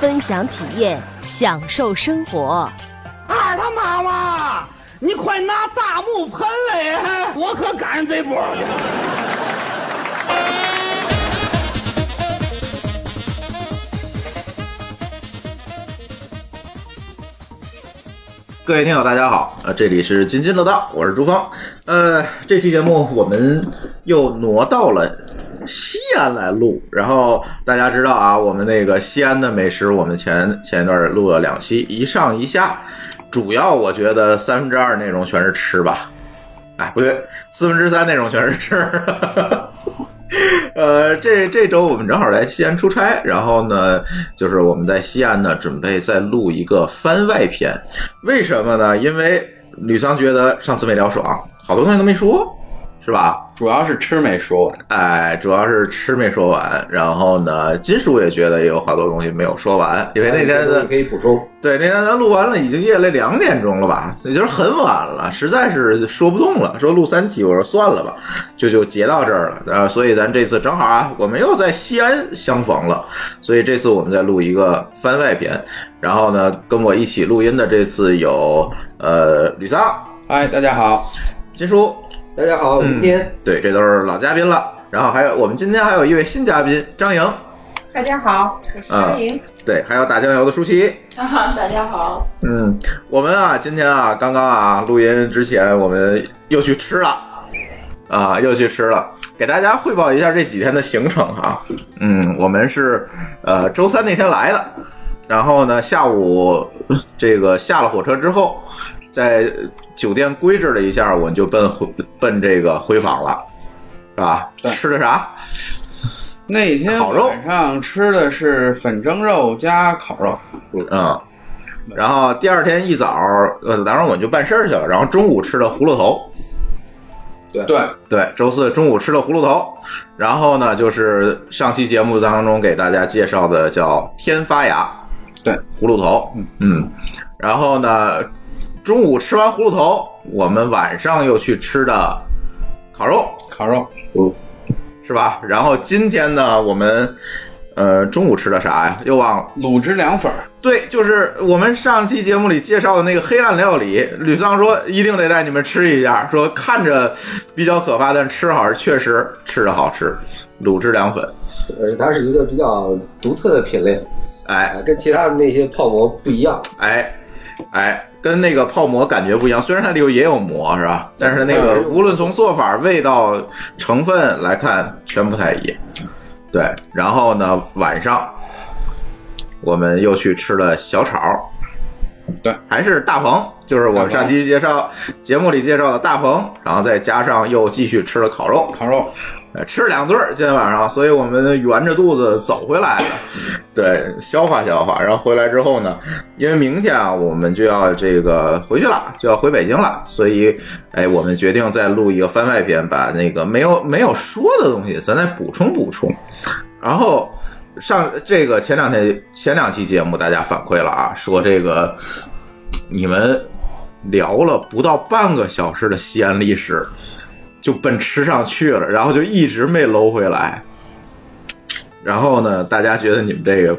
分享体验，享受生活。二他妈妈，你快拿大木盆来，我可赶上这波了。各位听友，大家好，呃，这里是津津乐道，我是朱峰。呃，这期节目我们又挪到了西安来录。然后大家知道啊，我们那个西安的美食，我们前前一段录了两期，一上一下，主要我觉得三分之二内容全是吃吧，哎，不对，四分之三内容全是吃。 呃，这这周我们正好来西安出差，然后呢，就是我们在西安呢，准备再录一个番外篇。为什么呢？因为吕桑觉得上次没聊爽，好多东西都没说，是吧？主要是吃没说完，哎，主要是吃没说完，然后呢，金叔也觉得也有好多东西没有说完，因为那天的可以补充，对，那天咱录完了，已经夜里两点钟了吧，也就是很晚了，实在是说不动了，说录三期，我说算了吧，就就截到这儿了。呃，所以咱这次正好啊，我们又在西安相逢了，所以这次我们再录一个番外篇。然后呢，跟我一起录音的这次有呃吕桑、嗨，哎大家好，金叔，大家好，嗯今天对，这都是老嘉宾了。然后还有我们今天还有一位新嘉宾张莹，大家好，我是啊张莹。对，还有打酱油的舒淇。啊， 大家好，嗯，我们啊，今天啊，刚刚啊，录音之前，我们又去吃了，啊，又去吃了，给大家汇报一下这几天的行程啊。嗯，我们是呃周三那天来的，然后呢，下午 这个下了火车之后，在酒店规置了一下，我们就奔回奔这个回访了，是吧？对吃的啥？那天烤肉晚上吃的是粉蒸肉加烤肉，嗯，然后第二天一早，呃，当时我们就办事儿去了，然后中午吃的葫芦头。对，对，周四中午吃了葫芦头，然后呢，就是上期节目当中给大家介绍的叫天发芽，对，葫芦头，嗯，然后呢，中午吃完葫芦头，我们晚上又去吃的烤肉，烤肉，是吧？然后今天呢，我们呃中午吃的啥呀？又忘了。卤汁凉粉儿，对，就是我们上期节目里介绍的那个黑暗料理，吕桑说一定得带你们吃一下，说看着比较可怕，但吃好确实吃着好吃，卤汁凉粉，而且它是一个比较独特的品类，哎啊，跟其他的那些泡馍不一样。哎哎，跟那个泡馍感觉不一样，虽然它里头也有馍是吧？但是那个无论从做法、味道、成分来看，全不太一样。对，然后呢，晚上我们又去吃了小炒，对，还是大鹏，就是我们上期介绍节目里介绍的大鹏，然后再加上又继续吃了烤肉，烤肉，呃吃两顿儿今天晚上，所以我们圆着肚子走回来了， 对，消化消化。然后回来之后呢，因为明天啊我们就要这个回去了，就要回北京了，所以哎，我们决定再录一个番外篇，把那个没有没有说的东西咱再补充补充。然后上这个前两天前两期节目大家反馈了啊，说这个你们聊了不到半个小时的西安历史，就奔吃上去了，然后就一直没搂回来。然后呢，大家觉得你们这个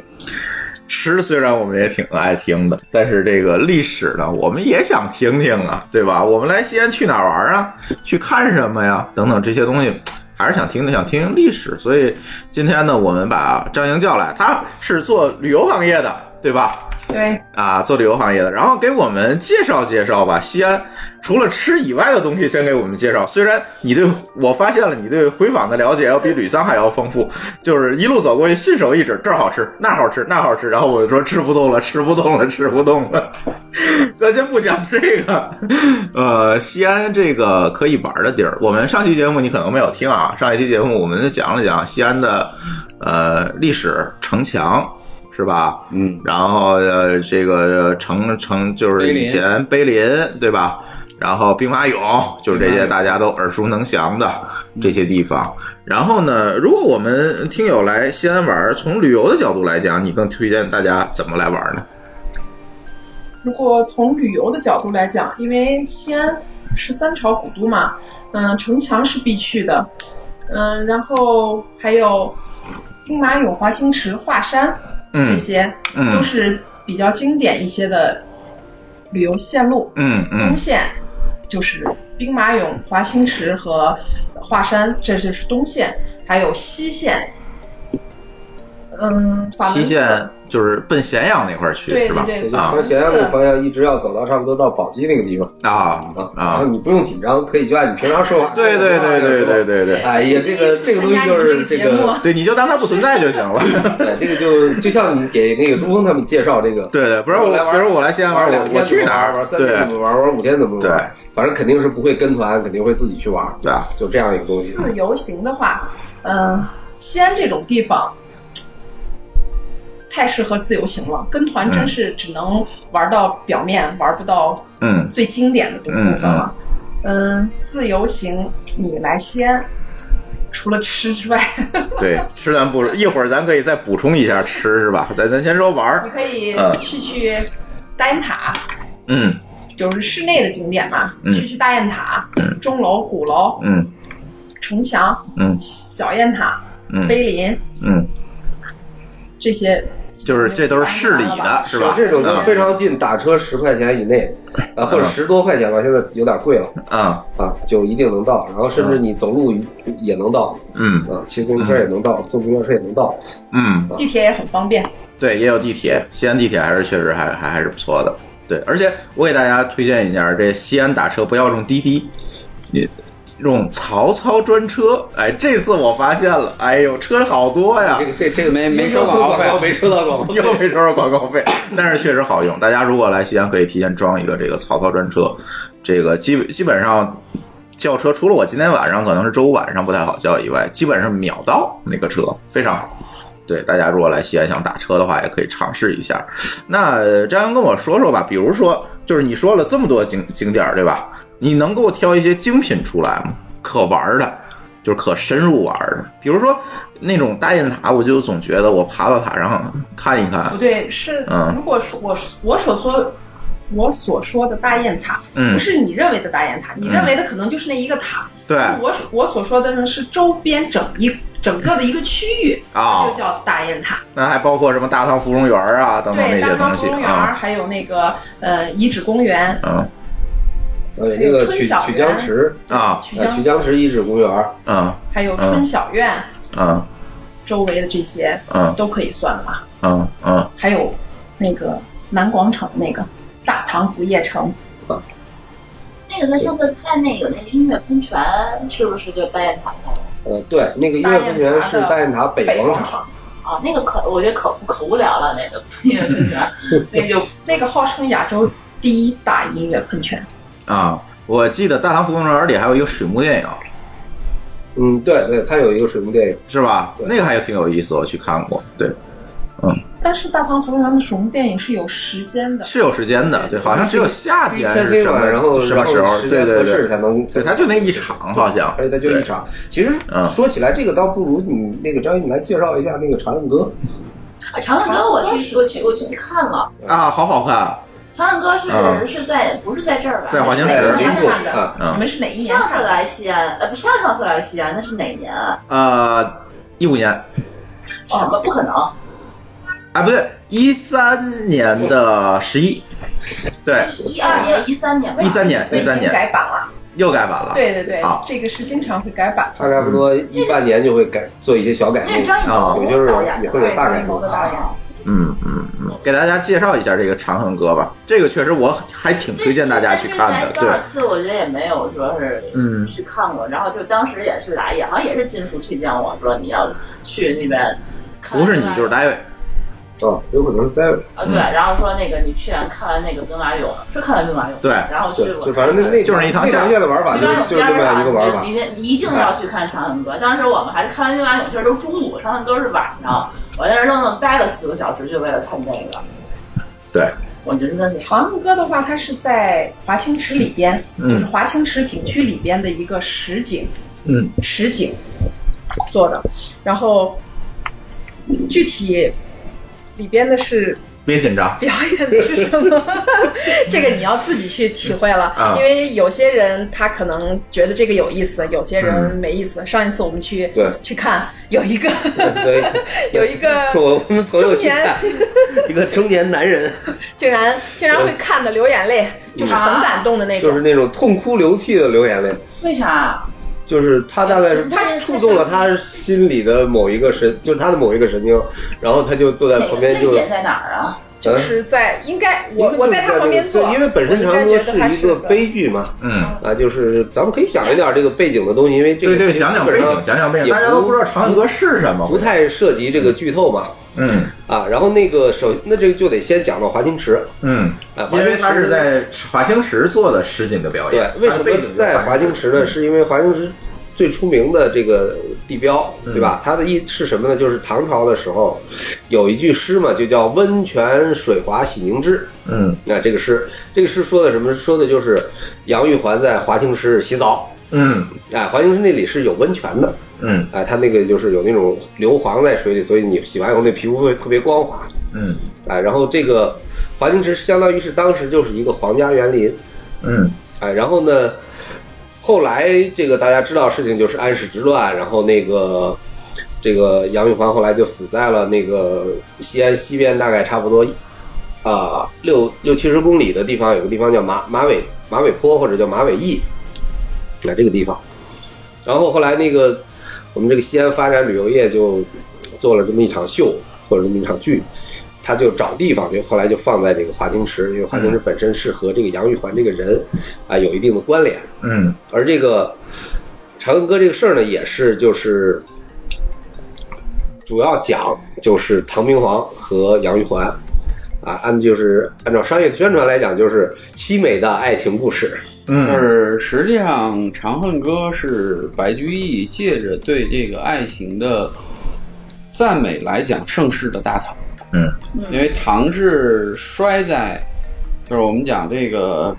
吃虽然我们也挺爱听的，但是这个历史呢，我们也想听听啊，对吧？我们来西安去哪儿玩啊？去看什么呀？等等这些东西，还是想听听，想听听历史。所以今天呢，我们把张莹叫来，她是做旅游行业的，对吧？对，啊，做旅游行业的，然后给我们介绍介绍吧。西安除了吃以外的东西，先给我们介绍。虽然你对我发现了你对回访的了解要比吕桑还要丰富，就是一路走过去，信手一指，这儿好吃，那儿好吃，那儿好吃，然后我就说吃不动了，吃不动了，吃不动了。 咱先不讲这个，呃，西安这个可以玩的地儿，我们上期节目你可能没有听啊，上一期节目我们讲了讲西安的呃历史城墙。是吧？ 嗯，然后呃，这个成成就是以前碑林对吧？然后兵马俑就是这兵马些俑大家都耳熟能详的这些地方。然后呢，如果我们听友来西安玩儿，从旅游的角度来讲，你更推荐大家怎么来玩呢？如果从旅游的角度来讲，因为西安是三朝古都嘛，嗯、城墙是必去的，嗯、然后还有兵马俑、华清池、华山这嗯些，嗯都是比较经典一些的旅游线路。嗯嗯东线就是兵马俑、华清池和华山，这就是东线，还有西线，嗯，法西门线寺，就是奔咸阳那块儿去对是吧？对也对就啊从咸阳那个方向一直要走到差不多到宝鸡那个地方啊然后啊！你不用紧张，可以就按你平常说话。对对对对对对对哎呀，这个这个东西就是这参加你这个节目个，对，你就当它不存在就行 了。对，这个就是就像你给那个朱峰他们介绍这个，对对，不是我来我，玩比如我来西安玩儿，两我天我去怎么哪玩儿？玩三对天怎么玩，玩五天怎么玩，对，反正肯定是不会跟团，肯定会自己去玩，对啊，就这样一个东西。自由行的话，嗯，西安这种地方。太适合自由行了，跟团真是只能玩到表面，玩不到嗯最经典的部分了。嗯，自由行你来西安，除了吃之外，对，吃咱不一会儿咱可以再补充一下吃是吧？咱咱先说玩你儿，可以嗯去去大雁塔，嗯就是室内的景点嘛，嗯去去大雁塔、钟楼、鼓楼、嗯城墙、嗯小雁塔、嗯碑林嗯，这些，就是这都是市里的是吧？这种就非常近，打车十块钱以内，啊，或者嗯十多块钱吧，现在有点贵了啊啊，就一定能到。然后甚至你走路也能到嗯啊，骑自行车也能到，坐公交车也能到。嗯，地铁也很方便。对，也有地铁，西安地铁还是确实还还还是不错的。对，而且我给大家推荐一下，这西安打车不要用滴滴，你用曹操专车。哎，这次我发现了，哎呦，车好多呀这。个这这个没没收收广告费没收 到广告费又没收着广告费，但是确实好用。大家如果来西安，可以提前装一个这个曹操专车，这个基本基本上叫车，除了我今天晚上可能是周五晚上不太好叫以外，基本上秒到那个车，非常好。对，大家如果来西安想打车的话，也可以尝试一下。那张扬跟我说说吧，比如说，就是你说了这么多景景点儿，对吧？你能给我挑一些精品出来吗？可玩儿的，就是可深入玩儿的。比如说那种大雁塔，我就总觉得我爬到塔上看一看不，对，是啊嗯如果说我我所说我所说的大雁塔，嗯不，是你认为的大雁塔，你认为的可能就是那一个塔。对啊、我所我所说的呢是周边整一整个的一个区域，哦就叫大雁塔。那还包括什么大唐芙蓉园儿啊等等对，那大些唐东芙西蓉园儿，啊，还有那个呃遗址公园、嗯呃，那个曲曲江池，啊曲呃江曲，江池遗址公园，嗯还有春晓苑嗯周围的这些嗯都可以算了。啊嗯嗯，还有那个南广场那个大唐不夜城，那个和上次看那有那个音乐喷泉，是不是就大雁塔下来？呃，对，那个音乐喷泉是大雁塔北北广广场，场啊，那个可我觉得可可无聊了，那个音乐喷泉，那就那个号称亚洲第一大音乐喷泉，啊，我记得大唐芙蓉园儿里还有一个水幕电影。嗯，对对，它有一个水幕电影，是吧？对那个还挺有意思，我去看过。对，但是大唐芙蓉园的水幕电影是有时间的，是有时间的，对，好像只有夏一天天是黑什么晚，然后什然么后时候？时对间对合适对，才能，对，它就那一场好像，而且它就一场。其实嗯说起来，这个倒不如你那个张宇，你来介绍一下那个《长恨歌啊长恨歌我去我去我去看了，嗯对啊，好好看，长恨歌是、嗯是在不是在这儿吧？在华》，清对池是。你们看零五啊的，嗯你们是哪一年上次看的？来西安，呃，不上上次来西安那是哪年？呃，一五年什么哦不可能？啊，不对，一三年的十一，对，一二年、一三年吧。一三年，这一已经三年改版了，又改版了。对对对啊，这个是经常会改版》，它差不多一半年就会改做一些小改那是动，啊张艺谋哦也就是导演也的，会有对，大张改艺谋动。啊的导演。嗯嗯嗯，给大家介绍一下这个《长恨歌》吧，这个确实我还挺推荐大家去看的，这这多少对，次我觉得也没有说是嗯去看过，然后就当时也是来，也好像也是金叔推荐我说你要去那边看不完兵马是你俑。就是大卫，啊，有可能是在啊，对，然后说那个你去完看完那个兵马俑，是看完兵马俑对然后去对，我就反正那那就是那一趟那线条线的玩法兵就马是俑就是边另外一个上玩就法嗯你你一定要去看长恨歌。当时我们还是看完兵马俑，这都中午，长恨歌是晚上，我在那儿愣愣待了四个小时，就为了看这个。对，我觉得是长安哥的话，它是在华清池里边，嗯就是华清池景区里边的一个实景嗯实景做的，然后具体里边的是别紧张，表演的是什 么，这个你要自己去体会了。啊因为有些人他可能觉得这个有意思，有些人没意嗯思。上一次我们去对去看，有一个 对，有一 个 我们朋友中去年看一个中年男人，竟然竟然会看的流眼泪，就是嗯很感动的那种。就是那种痛哭流涕的流眼泪，为啥？就是他大概是他触动了他心里的某一个神，就是他的某一个神经，然后他就坐在哪旁个边泪就。点在哪儿啊？就是在应该我我在他旁边对坐，因为本身我应长该歌觉得是他一是个悲剧嘛，嗯，啊，就是咱们可以讲一点这个背景的东西，因为这个对对，其实讲讲基背本上景，讲讲背景，也大家都不知道长恨歌是什么不，太涉及这个剧透嘛，嗯啊，然后那个首那这个就得先讲到华清池，嗯，啊，华因清为池他是在华清池做的实景的表对演，，为它什的背么景在华清池呢？是因为华清池最出名的这个地标，对嗯吧？它的意是什么呢？就是唐朝的时候有一句诗嘛，就叫“温泉水滑洗凝脂”。嗯那这个诗，这个诗说的什么？说的就是杨玉环在华清池洗澡。嗯哎，华清池那里是有温泉的，嗯哎，它那个就是有那种硫磺在水里，所以你洗完以后那皮肤会特别光滑。嗯哎，然后这个华清池相当于是当时就是一个皇家园林，嗯哎，然后呢，后来这个大家知道的事情就是安史之乱，然后那个这个杨玉环后来就死在了那个西安西边，大概差不多啊、六六七十公里的地方，有个地方叫马马尾马尾坡或者叫马尾驿，在这个地方。然后后来那个我们这个西安发展旅游业就做了这么一场秀或者这么一场剧。他就找地方，就后来就放在这个华清池，因为华清池本身是和这个杨玉环这个人啊有一定的关联。嗯而这个长恨歌这个事儿呢，也是就是主要讲就是唐明皇和杨玉环啊，按就是按照商业宣传来讲，就是凄美的爱情故事。嗯就是实际上，《长恨歌》是白居易借着对这个爱情的赞美来讲盛世的大唐，嗯，因为唐是衰在，就是我们讲这个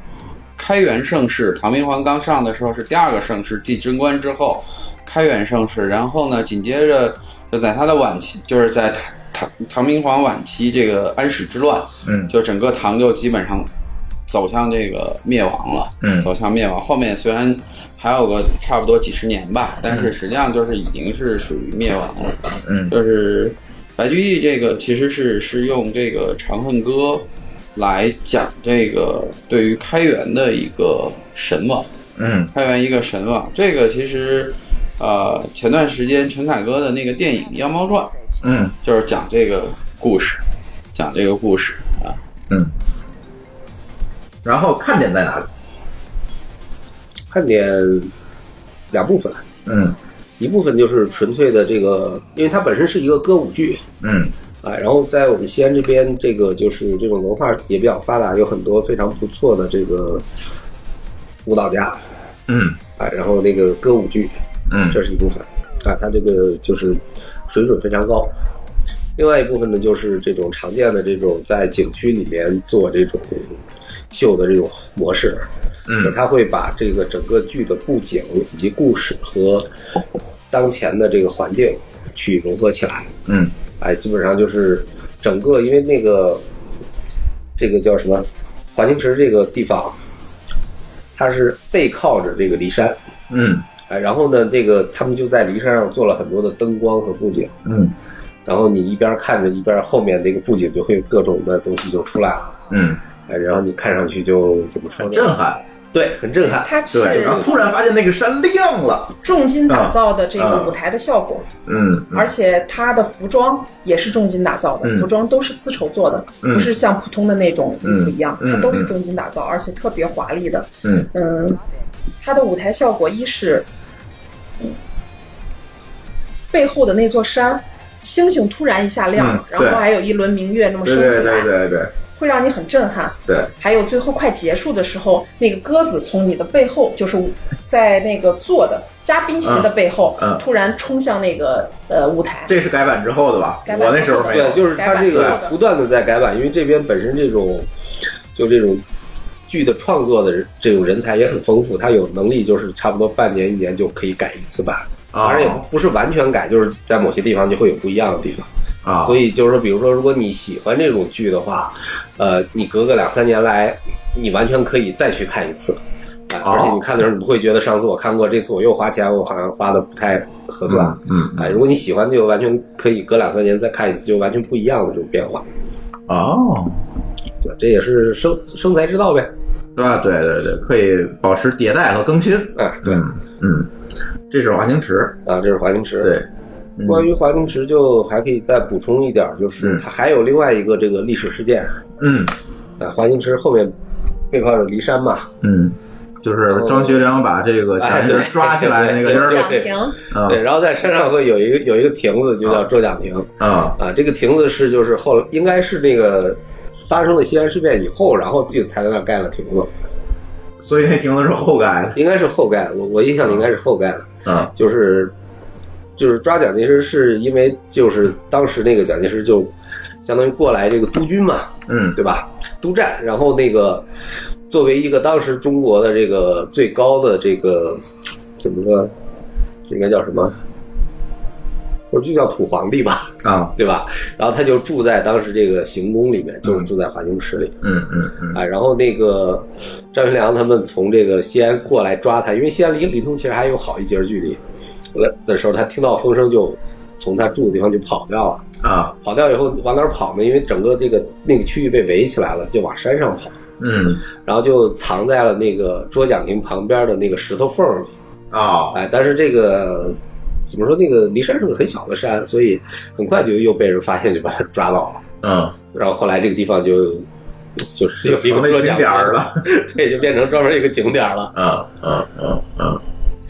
开元盛世，唐明皇刚上的时候是第二个盛世，继贞观之后，开元盛世，然后呢，紧接着就在他的晚期，就是在唐唐唐明皇晚期这个安史之乱，嗯就整个唐就基本上走向这个灭亡了，嗯走向灭亡。后面虽然还有个差不多几十年吧，但是实际上就是已经是属于灭亡了。嗯就是白居易这个其实是是用这个《长恨歌》来讲这个对于开元的一个神往。嗯开源一个神往。这个其实，呃，前段时间陈凯歌的那个电影《妖猫传》嗯就是讲这个故事，讲这个故事啊。嗯，然后看点在哪里？看点两部分，嗯一部分就是纯粹的这个，因为它本身是一个歌舞剧，嗯啊，然后在我们西安这边，这个就是这种文化也比较发达，有很多非常不错的这个舞蹈家嗯啊，然后那个歌舞剧，嗯这是一部分啊，它这个就是水准非常高。另外一部分呢，就是这种常见的这种在景区里面做这种秀的这种模式，嗯它会把这个整个剧的布景以及故事和当前的这个环境去融合起来，嗯哎，基本上就是整个，因为那个这个叫什么华清池这个地方，它是背靠着这个骊山，嗯哎，然后呢，这个他们就在骊山上做了很多的灯光和布景，嗯然后你一边看着一边后面这个布景就会各种的东西就出来了，嗯，哎，然后你看上去就怎么说很呢？震，撼。对，很震撼，它是对，然后突然发现那个山亮了。重金打造的这啊个舞台的效果，嗯嗯而且它的服装也是重金打造的，嗯服装都是丝绸做的，嗯不是像普通的那种衣服一样，嗯嗯它都是重金打造，而且特别华丽的。嗯嗯，它的舞台效果一是嗯背后的那座山，星星突然一下亮了，嗯然对后还有一轮明月那么对升起来，对对对对会让你很震撼。对，还有最后快结束的时候，那个鸽子从你的背后，就是在那个坐的嘉宾席的背后，嗯嗯突然冲向那个呃舞台。这是改版之后的吧？改版之我后的那时候没有对对，。就是它这改个版不断的在改版，因为这边本身这种就这种剧的创作的人这种人才也很丰富，他有能力就是差不多半年一年就可以改一次版，啊当然也不是完全改，就是在某些地方就会有不一样的地方。啊，所以就是说，比如说，如果你喜欢这种剧的话，呃，你隔个两三年来，你完全可以再去看一次。啊哦而且你看的时候，你不会觉得上次我看过，这次我又花钱，我好像花的不太合算。嗯嗯哎，如果你喜欢，就完全可以隔两三年再看一次，就完全不一样的这种变化。哦，对，这也是生生财之道呗。对吧？对对对，可以保持迭代和更新。哎，嗯嗯，这是华清池，啊，这是华清池。对，嗯关于华清池，就还可以再补充一点儿，就是嗯它还有另外一个这个历史事件。嗯啊，华清池后面背靠着骊山嘛，嗯，就是张学良把这个哎蒋介 对石抓起来那个人对儿蒋婷，啊对，然后在山上会有一个有一个亭子，就叫周讲亭啊啊。这个亭子是就是后应该是那个发生了西安事变以后，然后就才在那儿盖了亭子，所以那亭子是后盖的。应该是后盖的。我我印象里应该是后盖的，嗯就是就是抓蒋介石是因为就是当时那个蒋介石就相当于过来这个督军嘛，嗯对吧？督战，然后那个作为一个当时中国的这个最高的这个怎么说，这应该叫什么？或者就叫土皇帝吧，啊对吧？然后他就住在当时这个行宫里面，就是住在华清池里嗯嗯嗯啊。然后那个张学良他们从这个西安过来抓他，因为西安离临潼其实还有好一截距离。来的时候，他听到风声就从他住的地方就跑掉了。啊跑掉以后往哪儿跑呢？因为整个这个那个区域被围起来了，就往山上跑，嗯然后就藏在了那个桌讲亭旁边的那个石头缝里。啊哎，但是这个怎么说？那个骊山是个很小的山，所以很快就又被人发现，就把他抓到了。嗯，然后后来这个地方就就是有一成个为桌景讲点儿亭了，。 对，就变成专门一个景点儿了。嗯嗯嗯嗯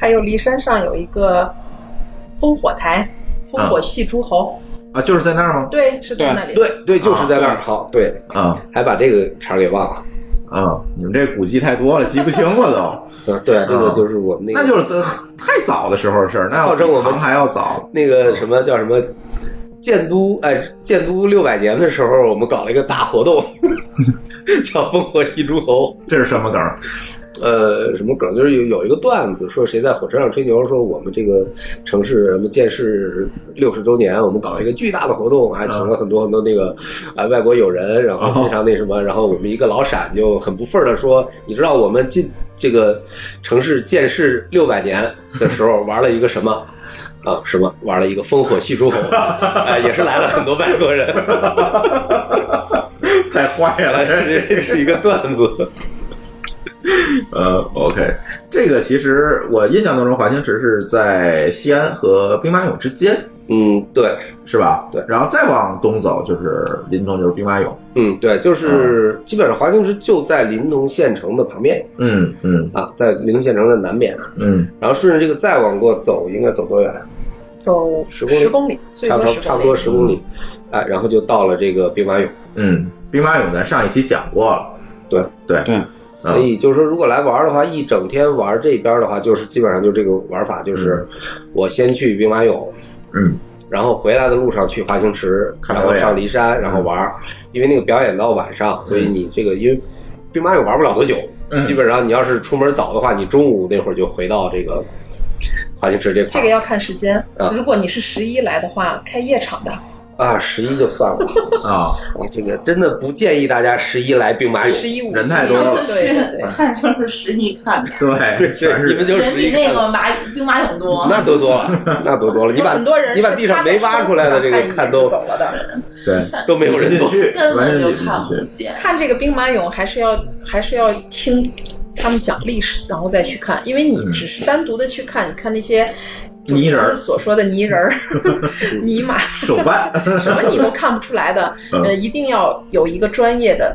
还有骊山上有一个烽火台，烽火戏诸侯，啊，就是在那儿吗？对，是在那里。嗯对对，就是在那儿啊好，对，啊还把这个茬儿给忘了。啊，你们这古迹太多了，记不清了都。嗯，对，这个啊就是我们那个， 那就是呃太早的时候的事儿，那要号比称我们唐还要早。那个什么叫什么建都哎，建都六百年的时候，我们搞了一个大活动， 叫烽火戏诸侯。这是什么梗 儿？呃，什么梗？就是有有一个段子，说谁在火车上吹牛，说我们这个城市什么建市六十周年，我们搞了一个巨大的活动，还请了很多很多那个啊、外国友人，然后非常那什么，然后我们一个老陕就很不忿的说，你知道我们进这个城市建市六百年的时候玩了一个什么？啊，什么玩了一个烽火戏诸侯，哎，也是来了很多外国人，太坏原来了，这这这是一个段子。 呃，OK，这个其实我印象当中，华清池是在西安和兵马俑之间，嗯，对，是吧？对然后再往东走就是临潼，就是兵马俑。嗯，对，就是基本上华清池就在临潼县城的旁边嗯嗯啊，在临潼县城的南边啊。嗯然后顺着这个再往过走，应该走多远？走10公里10公里，最差不多多10差不多公里十公里，哎，然后就到了这个兵马俑。嗯，兵马俑咱上一期讲过了。对对对，嗯所以就是说，如果来玩的话，一整天玩这边的话，就是基本上就这个玩法，就是我先去兵马俑，嗯然后回来的路上去华清池，看然表演嗯后上骊山，然后玩儿，因为那个表演到晚上，所以你这个因为兵马俑玩不了多久，嗯基本上你要是出门早的话，你中午那会儿就回到这个华清池这嗯块这儿。个要看时间啊。如果你是十一来的话，哎开夜场的，啊，十一就算 了，啊，我这个真的不建议大家十一来兵马十俑。一五人太多了对对对。看就是十一看的，对，全你们是嗯就人十比一那看个马兵马俑多。那多 多了，那多多了。你把很多人你把是地上趴在没挖车出来的上这看个一看眼都就走了的。对，都没有人进懂不进去，根完本全就进不看不进去。见。看这个兵马俑还是要还是要听他们讲历史，然后再去看，因为你只是单独的去看，你看那些就泥人儿咱们所说的泥人 儿、泥马，手办，什么你都看不出来的。嗯呃，一定要有一个专业的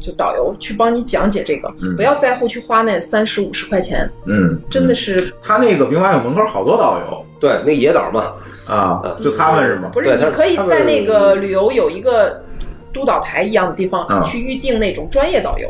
就导游去帮你讲解这个，嗯不要在乎去花那三十五十块钱，嗯，真的是。是、他那个兵马俑门口好多导游对，那野岛嘛，啊，就他们是吗？不是？对你他可以他们在那个旅游有一个督导台一样的地方、啊去预定那种专业导游。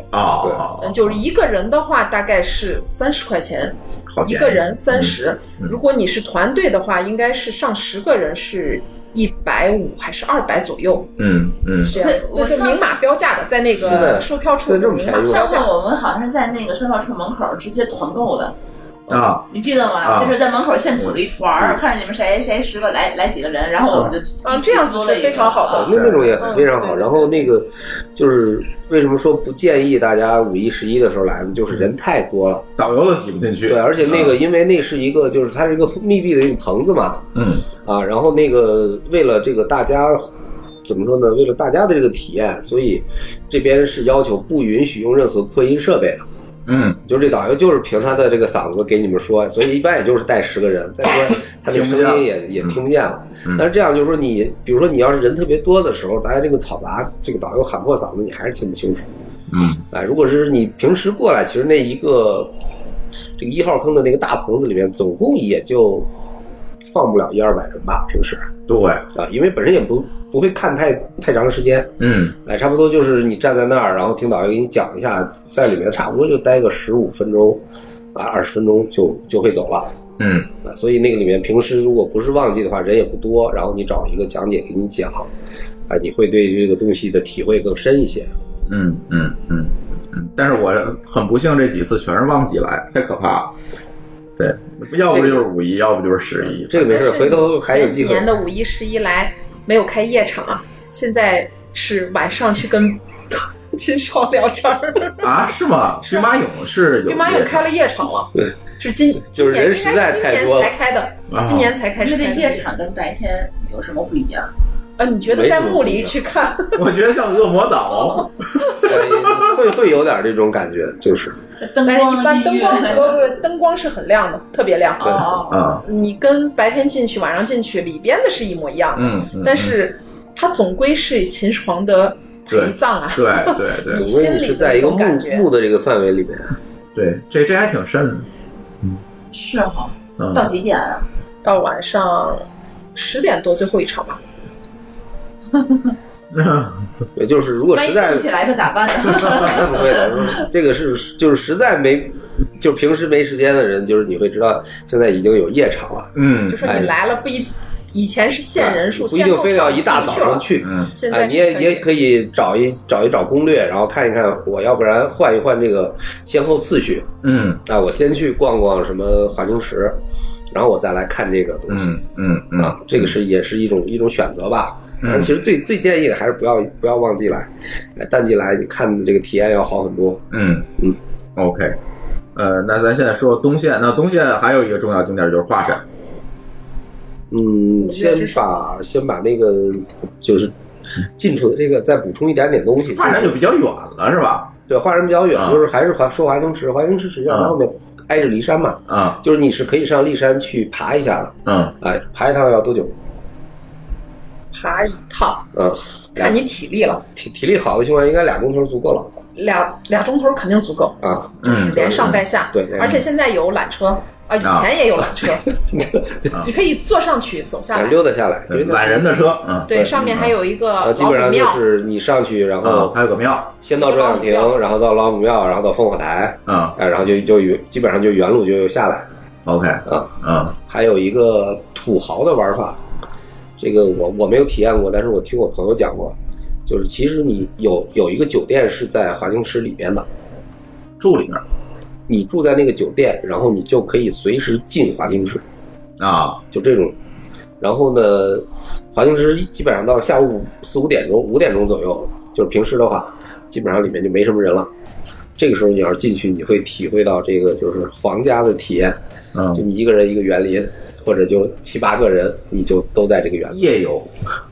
啊，哦嗯，就是一个人的话，大概是三十块钱好一便宜个人三十、嗯如果你是团队的话，应该是上十个人是一百五还是二百左右嗯嗯是这样的。我那就上次明码标价的，在那现个在售票处现在这么明码便宜吗标上次价。我们好像是在那个售票处门口直接团购的，啊，你记得吗？啊就是在门口现组了一团嗯儿，看着你们谁谁十个来来几个人，然后我们就啊一起这样子租了是一个非常好的嗯啊那那种也非常好。嗯对然后那个就是为什么说不建议大家五一、十一的时候来呢？就是人太多了，导游都挤不进去。啊对，而且那个因为那是一个就是它是一个密闭的一个棚子嘛，嗯啊，然后那个为了这个大家怎么说呢？为了大家的这个体验，所以这边是要求不允许用任何扩音设备的。嗯，就是这导游就是凭他的这个嗓子给你们说，所以一般也就是带十个人，再说他这个声音也也听不见了。嗯但是这样就是说你，比如说你要是人特别多的时候，大家这个嘈杂，这个导游喊破嗓子，你还是听不清楚。嗯，哎，如果是你平时过来，其实那一个这个一号坑的那个大棚子里面，总共也就放不了一二百人吧，平时对，啊，因为本身也不不会看太太长时间，嗯哎，差不多就是你站在那儿，然后听导游给你讲一下，在里面差不多就待个十五分钟，啊，二十分钟就就会走了。嗯啊，所以那个里面平时如果不是旺季的话，人也不多，然后你找一个讲解给你讲，啊，你会对这个东西的体会更深一些。嗯嗯嗯嗯，但是我很不幸，这几次全是旺季来，太可怕了。对，要不就是五一，要不就是十一。这个没事，回头还有前机几会年。的五一、十一来没有开夜场啊，现在是晚上去跟 秦少聊天儿。哎啊，是吗？兵马俑是有兵马俑开了夜场了，对，是今就是人今年实在应该太是今多年了才开的，啊今年才开始是这开的夜场跟白天有什么不一样？啊，你觉得在墓里去看，我觉得像恶魔岛。哎会会有点这种感觉，就是 灯但是光一般灯光音乐不不不灯光是很亮的，特别亮。哦哦，啊，你跟白天进去，晚上进去，里边的是一模一样的，嗯，嗯但是它总归是秦始皇的陪葬啊。对对对你总归心你里是的在那一个种墓感觉，墓的这个范围里面，啊对，这这还挺深的。是哈，嗯 到几点啊？到晚上十点多最后一场吧。嗯也就是如果万实一在动起来可咋办呢？那 不会的，这个是就是实在没，就是平时没时间的人，就是你会知道现在已经有夜场了，嗯就说你来了不一，以前是限人数，哎不一定非要一大早上上。去。嗯现在哎，是你也也可以找一找一找攻略，然后看一看，我要不然换一换这个先后次序。嗯啊，我先去逛逛什么华清池，然后我再来看这个东西。嗯嗯嗯啊，这个是也是一种一种选择吧。嗯但其实最最建议的还是不要不要旺季来，哎淡季来你看的这个体验要好很多。嗯嗯，OK。呃，那咱现在说东线，那东线还有一个重要景点就是华山。嗯，觉得先这是把先把那个就是近处的这个再补充一点点东西。华山就比较远了，是吧？对华人比较远啊，就是还是华说华清池，华清池实际上它啊后面挨着骊山嘛，啊，就是你是可以上骊山去爬一下的。嗯，哎，爬一趟要多久？爬一趟，嗯，俩看你体力了，体体力好的情况下，应该俩钟头足够了俩俩钟头肯定足够，啊。就是连上带下。嗯对对而且现在有缆车啊，以前也有缆车，你可以坐上去走下想来。溜达下来，因为那懒人的车，嗯，对，上面还有一个啊，老基本虎上就庙，是你上去，然啊，后还有个庙，先到转向亭老虎，庙然后到老母庙，然后到烽火台，嗯哎，然后就就原基本上就原路就下来，OK，啊。嗯还有一个土豪的玩法，这个我我没有体验过，但是我听我朋友讲过，就是其实你有有一个酒店是在华清池里面的，住里面你住在那个酒店，然后你就可以随时进华清池，啊，就这种。然后呢，华清池基本上到下午四五点钟、五点钟左右，就是平时的话，基本上里面就没什么人了。这个时候你要是进去，你会体会到这个就是皇家的体验，就嗯，你一个人一个园林，或者就七八个人，你就都在这个园林。夜游，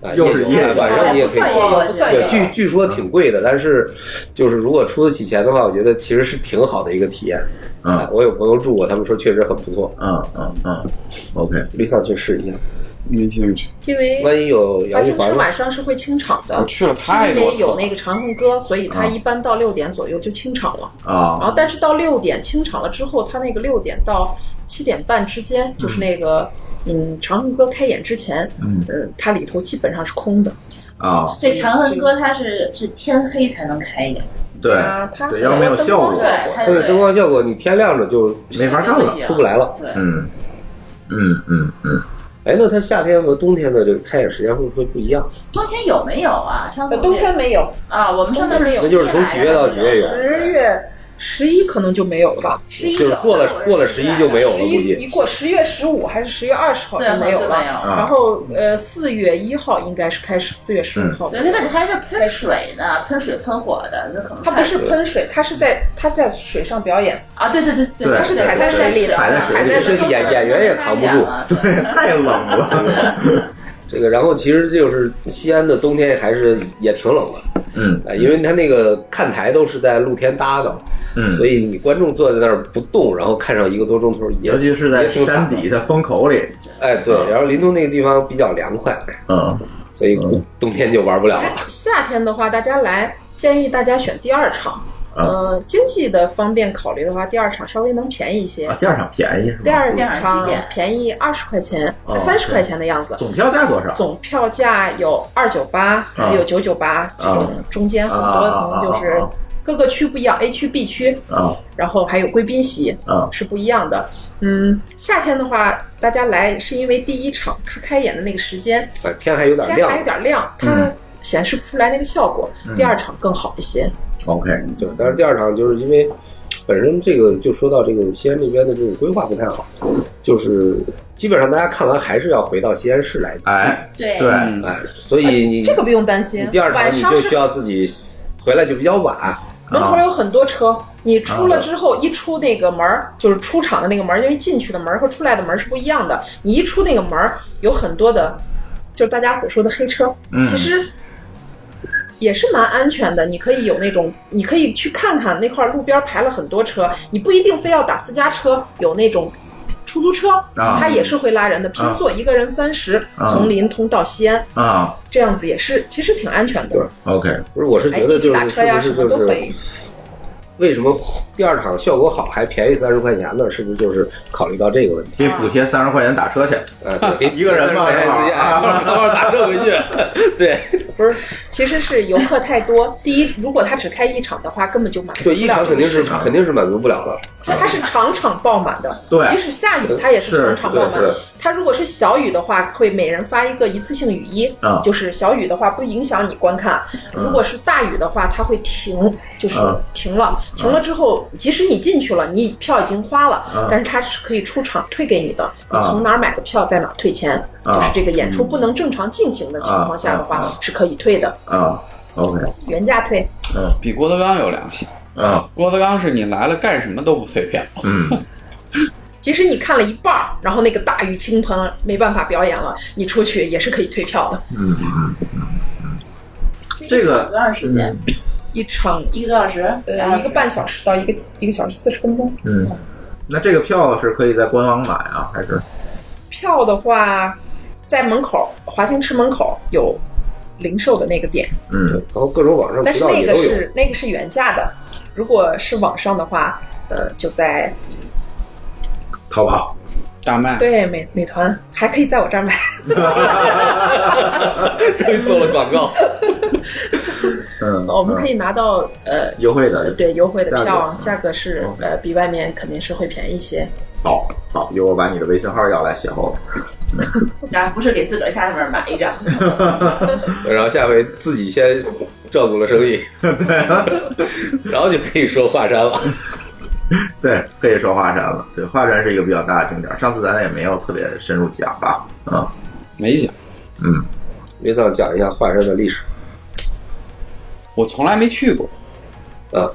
啊，又是游夜啊游晚上你 也可以不。算夜游，不算夜对，游。据据说挺贵的，但是就是如果出得起钱的话，我觉得其实是挺好的一个体验。嗯啊我有朋友住过，他们说确实很不错，嗯嗯嗯，OK，绿上去试一下。没兴趣。因为万一有发杨玉现环车呢啊晚？上是会清场的我，去了是太因多为次有了那个长恨歌，所以它啊一般到六点左右就清场了。然啊后，但是到六点清场了之后，它那个六点到七点半之间，就是那个嗯长恨歌开演之前，嗯呃，它里头基本上是空的。啊，所以长恨歌它是是天黑才能开演，对啊，它对要没有灯效光果效对它它的灯光效果，你天亮着就没法干了。对出不来了。对，嗯嗯嗯嗯，哎，那它夏天和冬天的这个开演时间会不会不一样？冬天有没有啊？上次呃，我冬们天没有，啊，我们上次没有，那就是从几月到几月有？十月十一可能就没有了吧。十一就是过了过了十一就没有了，十估一计一过十月十五还是十月二十号对，就没有就了没。有啊然后呃，四月一号应该是开始，四月十五号。对，那个还是喷水呢，喷水喷火的，那可能它不是喷水，它是在它是在水上表演，啊，对对对对它它是踩在水里的，踩在水里踩在水里这个演演员也扛不住对， 太冷了。这个，然后其实就是西安的冬天还是也挺冷的，嗯啊，因为它那个看台都是在露天搭的，嗯所，以你观众坐在那儿不动，然后看上一个多钟头也，尤其是也在挺山惨的底下啊风口里，哎，对，然后临冬那个地方比较凉快，嗯，所以冬天就玩不了了。夏天的话，大家来建议大家选第二场。啊呃，经济的方便考虑的话，第二场稍微能便宜一些啊，。第二场便宜是吗？第二第二场场几点便宜二十块钱哦，三十块钱的样子。总票价多少？总票价有二九八，还啊有九九八这种，中间很多层就是各个区不一样，A 区、B 区，啊然后还有贵宾席啊是不一样的。嗯，夏天的话，大家来是因为第一场它开演的那个时间啊，天还有点哎天亮嗯还，有点亮，它显示不出来那个效果。第二场更好一些。嗯，OK，对，但是第二场就是因为本身这个就说到这个西安这边的这种规划不太好，就是基本上大家看完还是要回到西安市来，哎，对对，嗯哎，所以你这个不用担心你第二，场晚你上就需是要自己回来就比较晚，啊嗯门口有啊很多车，你出了之后一出那个门儿，就是出场的那个门儿，因为进去的门儿和出来的门儿是不一样的。你一出那个门儿，有很多的，就是大家所说的黑车，嗯其实也是蛮安全的。你可以有那种，你可以去看看那块路边儿排了很多车，你不一定非要打私家车，有那种。出租车，啊它也是会拉人的，拼坐一个人三十，啊从临潼到西安，啊这样子也是其实挺安全的。 ，OK，不是，我是哎，滴觉得滴就打是车是呀，不什是么都就可以是。为什么第二场效果好还便宜三十块钱呢？是不是就是考虑到这个问题？给补贴三十块钱打车去。呃， 对给一个人嘛30块钱自 己哎啊好好打车回去。 对，不是，其实是游客太多。第一，如果他只开一场的话，根本就满足对，不一了场这肯个定市 是场。肯定是满足不了的。它它是场场爆满的，对即使下雨它也是场场爆满是对对。它如果是小雨的话，会每人发一个一次性雨衣啊，就是小雨的话不影响你观看。嗯如果是大雨的话，它会停，就是啊停了。嗯停了之后，即使你进去了，你票已经花嗯了，但是它是可以出场退给你的。你啊从哪儿买的票，在哪儿退钱，啊嗯就是这个演出不能正常进行的情况下的啊啊话啊，是可以退的。啊，OK，原价退。比郭德纲有良心。啊，郭德纲是你来了干什么都不退票，嗯，即使你看了一半儿，然后那个大雨倾盆，没办法表演了，你出去也是可以退票的。这个多长时嗯间？一场一个多小时，呃一个半小时到一个一个小时四十分钟。 那这个票是可以在官网买啊，还是票的话，在门口华清池门口有零售的那个点，嗯然后各种网上但渠是道那也个都有。是那个是原价的，如果是网上的话，呃，就在淘宝？大麦对美美团还可以在我这儿 买。终 于做了广告，嗯，哦我们可以拿到呃嗯优惠的对优惠的价格票嗯，价格是 OK 呃比外面肯定是会便宜一些。好好，一会儿我把你的微信号要来写后边。然后不是给自个儿下面买一张，然后下回自己先照顾了生意， 对，然后就可以说华山了。对，可以说华山了。对，华山是一个比较大的景点，上次咱也没有特别深入讲吧？啊，没讲，嗯，梅桑讲一下华山的历史我从来没去过，啊，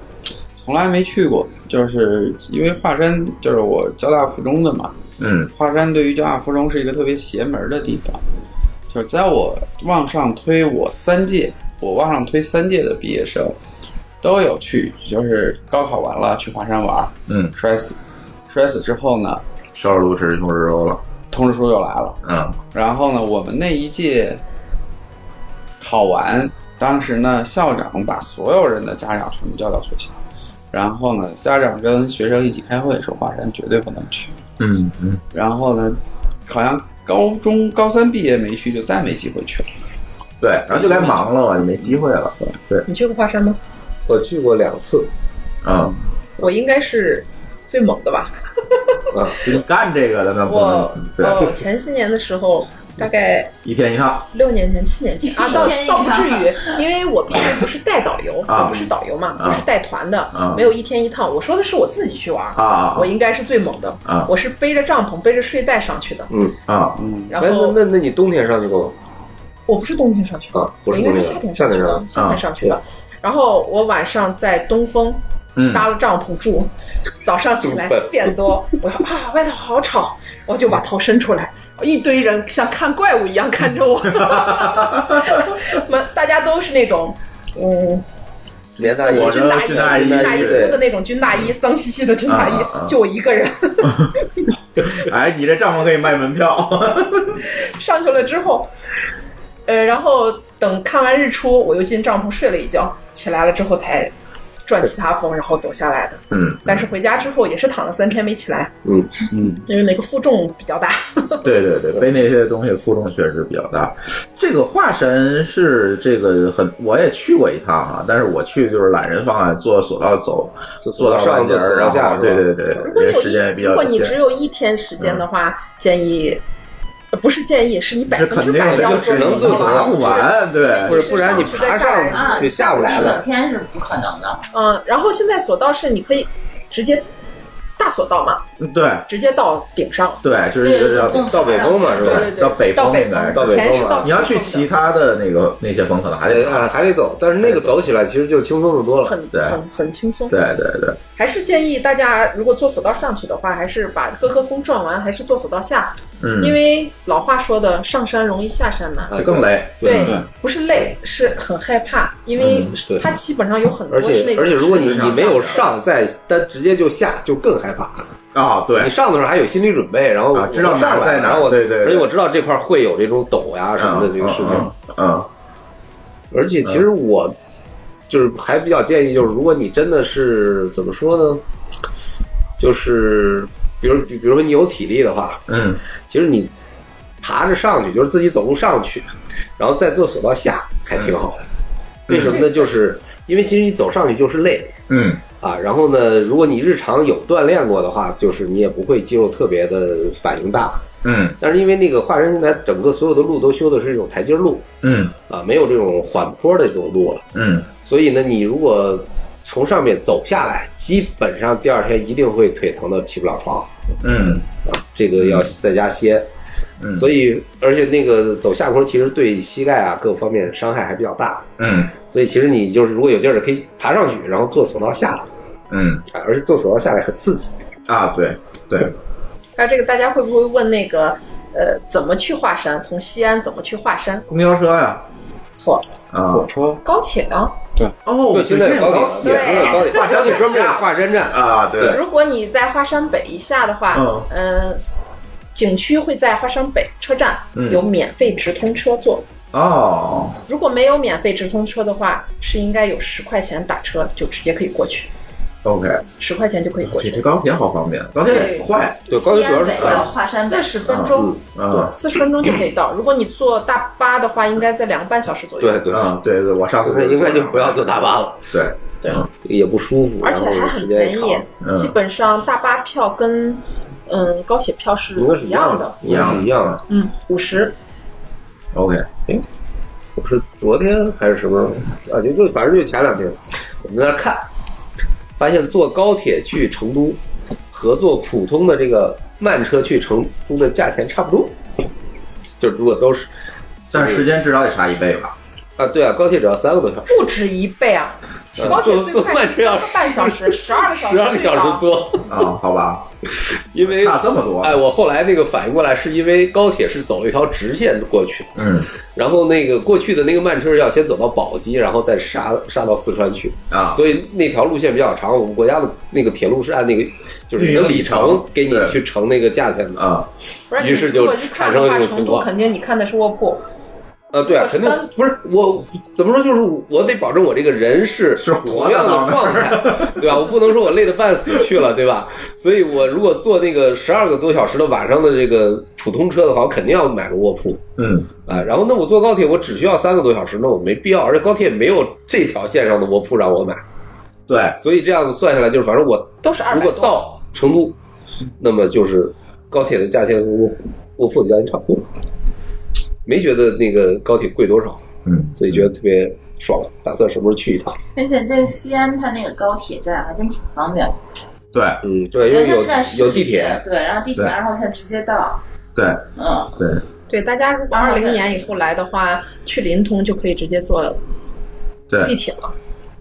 从来没去过，就是因为华山，就是我交大附中的嘛，嗯华山对于交大附中是一个特别邪门的地方，就是在我往上推我三届，我往上推三届的毕业生都有去，就是高考完了去华山玩，嗯，摔死，摔死之后呢，收拾炉石穷吃粥了。通知书又来了。嗯然后呢，我们那一届考完，当时呢，校长把所有人的家长全部叫到学校，然后呢，家长跟学生一起开会说，华山绝对不能去。嗯嗯，然后呢，好像高中高三毕业没去，就再没机会去了。对，然后就该忙了嘛，你没机会了。对，你去过华山吗？我去过两次嗯，我应该是最猛的吧。啊，就你干这个的那不我能嗯对，呃前些年的时候，大概一天一趟。六年前、七年前啊，倒一天一倒不至趟于，因为我毕竟不是带导游，啊我不是导游嘛，啊我是带团的，啊没有一天一趟。我说的是我自己去玩儿，啊我应该是最猛的，啊我是背着帐篷、背着睡袋上去的，嗯，啊！然哎，那后那那你冬天上去过吗？我不是冬天上去的，啊不我是应该冬是天夏天上夏天去的，上夏天上去的嗯。然后我晚上在东风嗯搭了帐篷住，早上起来怎么办四点多，我说啊外头好吵，我就把头伸出来，一堆人像看怪物一样看 着我，们大家都是那种。嗯，别大军我这大衣，军大衣军大衣对粗的那种军大衣，脏兮兮的军大啊啊啊衣，就我一个人哎，你这帐篷可以卖门票。 上去了之后，呃，然后等看完日出，我又进帐篷睡了一觉，起来了之后才转其他风，然后走下来的。 嗯，但是回家之后也是躺了三天没起来，嗯嗯，因为那个负重比较大。对对对，背那些东西负重确实比较大。这个华山是这个很，我也去过一趟啊，但是我去就是懒人方案，坐索道走，就坐到上半截次儿，然然下后是吧对对对，如果因你为有时间也一，比如较果有你只限。嗯有一天时间的话，建议。呃不是建议，是你百是分肯之定百的，要就做只能到自己的拿不完，对不是不然你爬上啊， 给下不来一了整。天是不可能的。嗯，然后现在索道是你可以直接大索道嘛，嗯对直接到顶上了。对，就是要对到北风嘛是吧对对对，到北峰到北应该是到以北前峰是了到你要去西其峰的他的那个那些峰，可能还还得得啊还得走，但是那个走起来其实就轻松的多了。很对很很轻松。对对对，还是建议大家，如果坐索道上去的话，还是把各个峰转完，还是坐索道下，嗯，因为老话说的“上山容易下山难”。啊就更累，对对，不是累，是很害怕，因为嗯对它基本上有很多而是且那种。而且，如果你是你没有上，再单直接就下，就更害怕。啊，对你，上的时候还有心理准备，然后啊知道我上哪儿在来，哪儿然后我对对对而且我知道这块会有这种陡呀什么的这个事情。嗯，嗯，而且其实我就是还比较建议，就是如果你真的是怎么说呢，就是比如比比如说你有体力的话，嗯，其实你爬着上去，就是自己走路上去，然后再坐索道下，还挺好的。为什么呢？就是因为其实你走上去就是累嗯啊。然后呢，如果你日常有锻炼过的话，就是你也不会肌肉特别的反应大。嗯但是因为那个华山现在整个所有的路都修的是这种台阶路嗯啊，没有这种缓坡的这种路了。嗯，所以呢，你如果从上面走下来，基本上第二天一定会腿疼的起不了床。嗯，这个要在家歇。嗯所以而且那个走下坡其实对膝盖啊各方面伤害还比较大，嗯所以其实你就是如果有劲儿的可以爬上去，然后坐索道下来，嗯，啊而且坐索道下来很刺激。啊，对对，那这个大家会不会问那个，呃，怎么去华山？从西安怎么去华山？公交车呀，错，啊，火车高铁呢？哦，对，现在有有高对铁，现在有高铁，华山铁专门有站华山站，啊，对，如果你在华山北一下的话，嗯嗯、景区会在华山北车站嗯有免费直通车坐。哦，如果没有免费直通车的话，是应该有十块钱打车就直接可以过去， OK，十块钱就可以过这这去。高铁好方便，高铁快，对，高铁主要是西安北到啊华山四北，十分钟，嗯啊四十分钟就可以到。如果你坐大巴的话，应该在两个半小时左右。对对，啊，对对，我上次那应该就不要坐大巴了，啊对，对嗯也不舒服，而且然还后时很间便也宜长，，嗯基本上大巴票跟嗯高铁票是应该是一一样样的的，，应该是一样的。嗯，五十。 ，OK，我是昨天还是什么时候啊？就就反正就前两天，我们在那儿看，发现坐高铁去成都和坐普通的这个慢车去成都的价钱差不多，就如果都是但时间至少得差一倍吧，啊，对啊，高铁只要三个多小时，不止一倍啊！嗯高铁最坐坐快是慢车三要个半小时，十二个小十二时个最小少时。多， 啊，好吧，因为差这么多哎，我后来那个反应过来，是因为高铁是走了一条直线过去的，嗯然后那个过去的那个慢车要先走到宝鸡，然后再杀杀到四川去啊所以那条路线比较长。我们国家的那个铁路是按那个就是运你营的里里程程给你对去乘那个价钱的。啊，不是，于是就如果去看的产生话，这种情成都况肯定你看的是卧铺，呃，对啊，我是肯定单不是我怎么说，就是我得保证我这个人是是活同的样到的那状态， 对吧？我不能说我累得半死去了，对吧？所以我如果坐那个十二个多小时的晚上的这个普通车的话，我肯定要买个卧铺嗯啊。然后那我坐高铁，我只需要三个多小时，那我没必要，而且高铁没有这条线上的卧铺让我买，对，所以这样子算下来，就是反正我都是二如百果多。到成都，那么就是高铁的价钱和卧卧铺的价钱差不多，没觉得那个高铁贵多少。嗯，所以觉得特别爽，打算什么时候去一趟？而且这个西安它那个高铁站还真挺方便，对嗯，对，因为它就在市有有地里铁，对，然后地铁对二号线直接到，对嗯，对，对，大家如果二零年以后来的话，去临潼就可以直接坐地对铁了。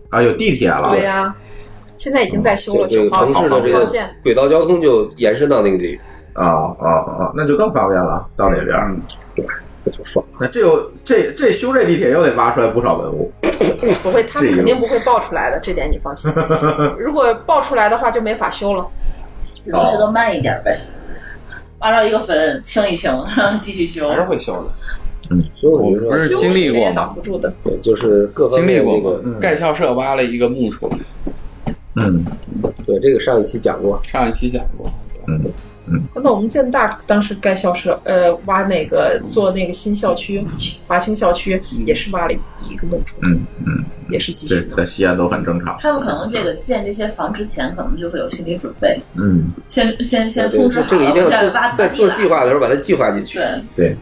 啊，有地铁了，对呀、现在已经在修就了这九个号城市的这九号个线。轨道交通就延伸到那个里，啊啊啊，那就更方便了，到那边嗯儿。那就爽。那这又这这修这地铁又得挖出来不少文物，不会，他这们个肯定不会爆出来的，这点你放心。如果爆出来的话，就没法修了。有的时候都慢一点呗，挖到一个坟清一清，然 后继续修还。是会修的。所以我我觉不得，是修经历谁也过挡吗不？住的。对，就是各方经历面过那吗个，？嗯盖校社挖了一个墓出来，嗯，对，这个上一期讲过，上一期讲过。那我们建大当时盖校舍，呃，挖那个做那个新校区，华清校区也是挖了一个墓出来，嗯嗯，也是继续这弄。在西安都很正常。他们可能这个建这些房之前，可能就会有心理准备，嗯，先先先对通知好，这个一定要再做挖在做计划。划的时候把它计划进去。对，对，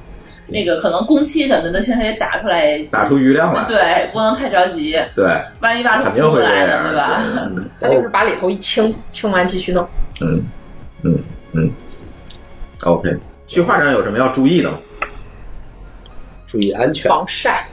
那个可能工期什么的，现在也打出来。打出余量来，对，不能太着急，对，万一挖出肯定会不这来呢，样，对吧？嗯他就是把里头一清，清完继续弄。嗯嗯嗯，OK。去画展有什么要注意的吗？注意安全，防晒，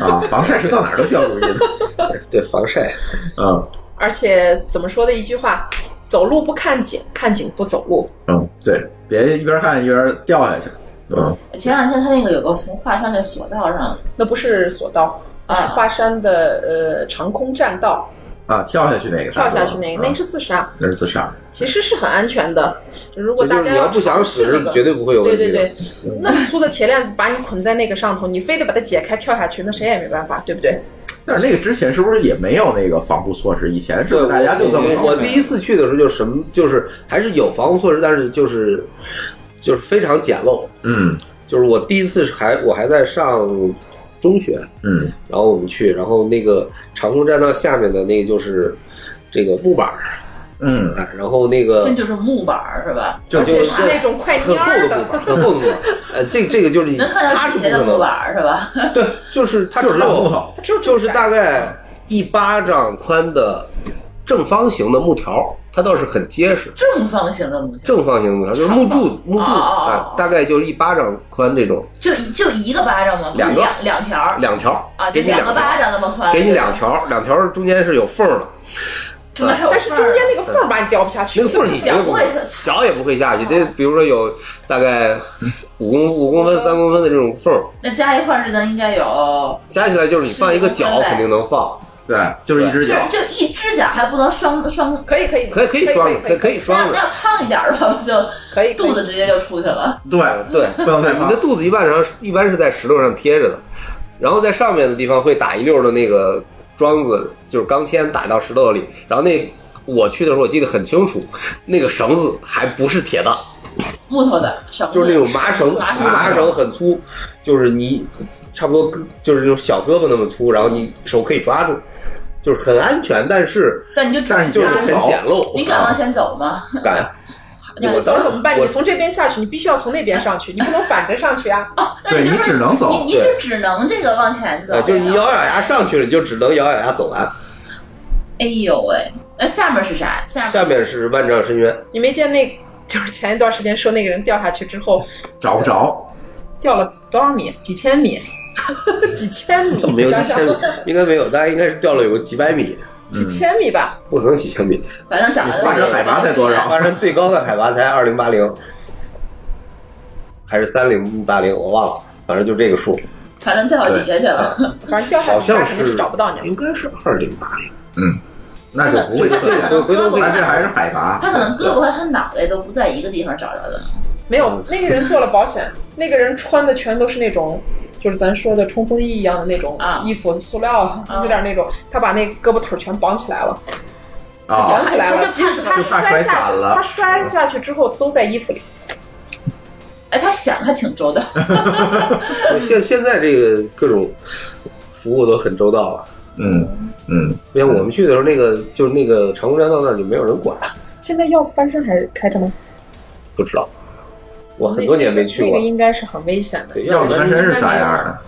啊， 防晒是到哪儿都需要注意的。对防晒， 嗯而且怎么说的一句话，走路不看景，看景不走路。嗯，对，别一边看一边掉下去。嗯，前两天他那个有个从华山的索道上，那不是索道，啊是华山的呃长空栈道，啊，跳下去那个，跳下去那嗯个，那是自杀，那是自杀。其实是很安全的。如果也就大是家你要不想尝试死那，个绝对不会有问对题对的。对，那么粗的铁链子把你捆在那个上头，你非得把它解开跳下去，那谁也没办法，对不对？但是那个之前是不是也没有那个防护措施？以前是不对，是大家就这么我搞我第一次去的时候就什么，就是还是有防护措施，但是就是就是非常简陋。嗯就是我第一次是还我还在上中学，嗯然后我们去，然后那个长空栈道下面的那个就是这个木板儿，嗯，啊然后那个这就是木板儿是吧？嗯就这就是那种快很蔫厚儿的木板儿，很厚的木板儿，呃，这这个就是能看它到是底不下可的木能板，儿是吧？ 对，就是它就是只有老木头它只有这就么是窄大概一巴掌宽的正方形的木条儿，它倒是很结实。正方形的木条，正方形的木条儿就是木柱子，木柱子，哦哦哦哎，大概就是一巴掌宽这种，就一就一个巴掌吗？不是两个两两条儿两条儿啊，给你就两两个条儿巴掌那么宽，给你两条儿，两条儿中间是有缝儿的，对吧，中间还有但是中间那个缝儿把你掉不下去，那个缝儿你绝对脚不不会会下，脚也不会下去。这比如说有大概五公五公分、三公分的这种缝儿，那加一块儿这能应该有，加起来就是你放一个十公脚分呗肯定能放，对，就是一只就脚。就一只脚还不能双双，可以可以可以可可以双的，可以可可以以那双要那的。要胖一点儿吧，不就可以肚子直接就出去了。对，对，不能再你放的。肚子一般上一般是在石头上贴着的，然后在上面的地方会打一溜儿的那个桩子，就是钢钎打到石头里，然后那。我去的时候，我记得很清楚，那个绳子还不是铁的，木头的绳子，就是那种麻绳，粗麻绳，麻绳很粗，就是你差不多胳就是那种小胳膊那么粗，然后你手可以抓住，就是很安全，但是但你就但是你就是手很简陋。啊你敢往前走吗？敢？那我走当了时怎么办？我你从这边下去，你必须要从那边上去，你不能反着上去啊！那对就你只是能走你你对就只能这个往前走啊，，就是你咬咬牙上去了，你就只能咬咬牙走完。哎呦喂，那下面是啥？下下面是万丈深渊，你没见那，就是前一段时间说那个人掉下去之后找不着，掉了多少米？ 几千米？几千米？怎么没有想一想千米？应该没有，大概应该是掉了有个几百米。几千米吧，不可能几 千米，反正长得华山海拔才多少华山最高的海拔才二零八零，还是三零八零，我忘了，反正就这个数， 反正掉底下去了。反正掉下好去大像肯定是找不到你了。应该是二零八零。嗯，那就不会他可对，能回头胳回膊那这还是海拔。 他可能胳膊和他脑袋都不在一个地方找着 的。没有，那个人做了保险，那个人穿的全都是那种，就是咱说的冲锋衣一样的那种啊衣服，塑料，啊有点那种。他把那胳膊腿全绑起来了，啊绑起来了。他就即使他就怕摔摔下散去，了他摔下去之后都在衣服里。哎，他想还 挺周到，现现在这个各种服务都很周到了。嗯嗯，不像我们去的时候，那个就是那个长空栈道那儿就没有人管，现在鹞子翻身还开着吗？不知道。我很多年没去那过个。应该是很危险的。对，要要你不翻然身是啥样的？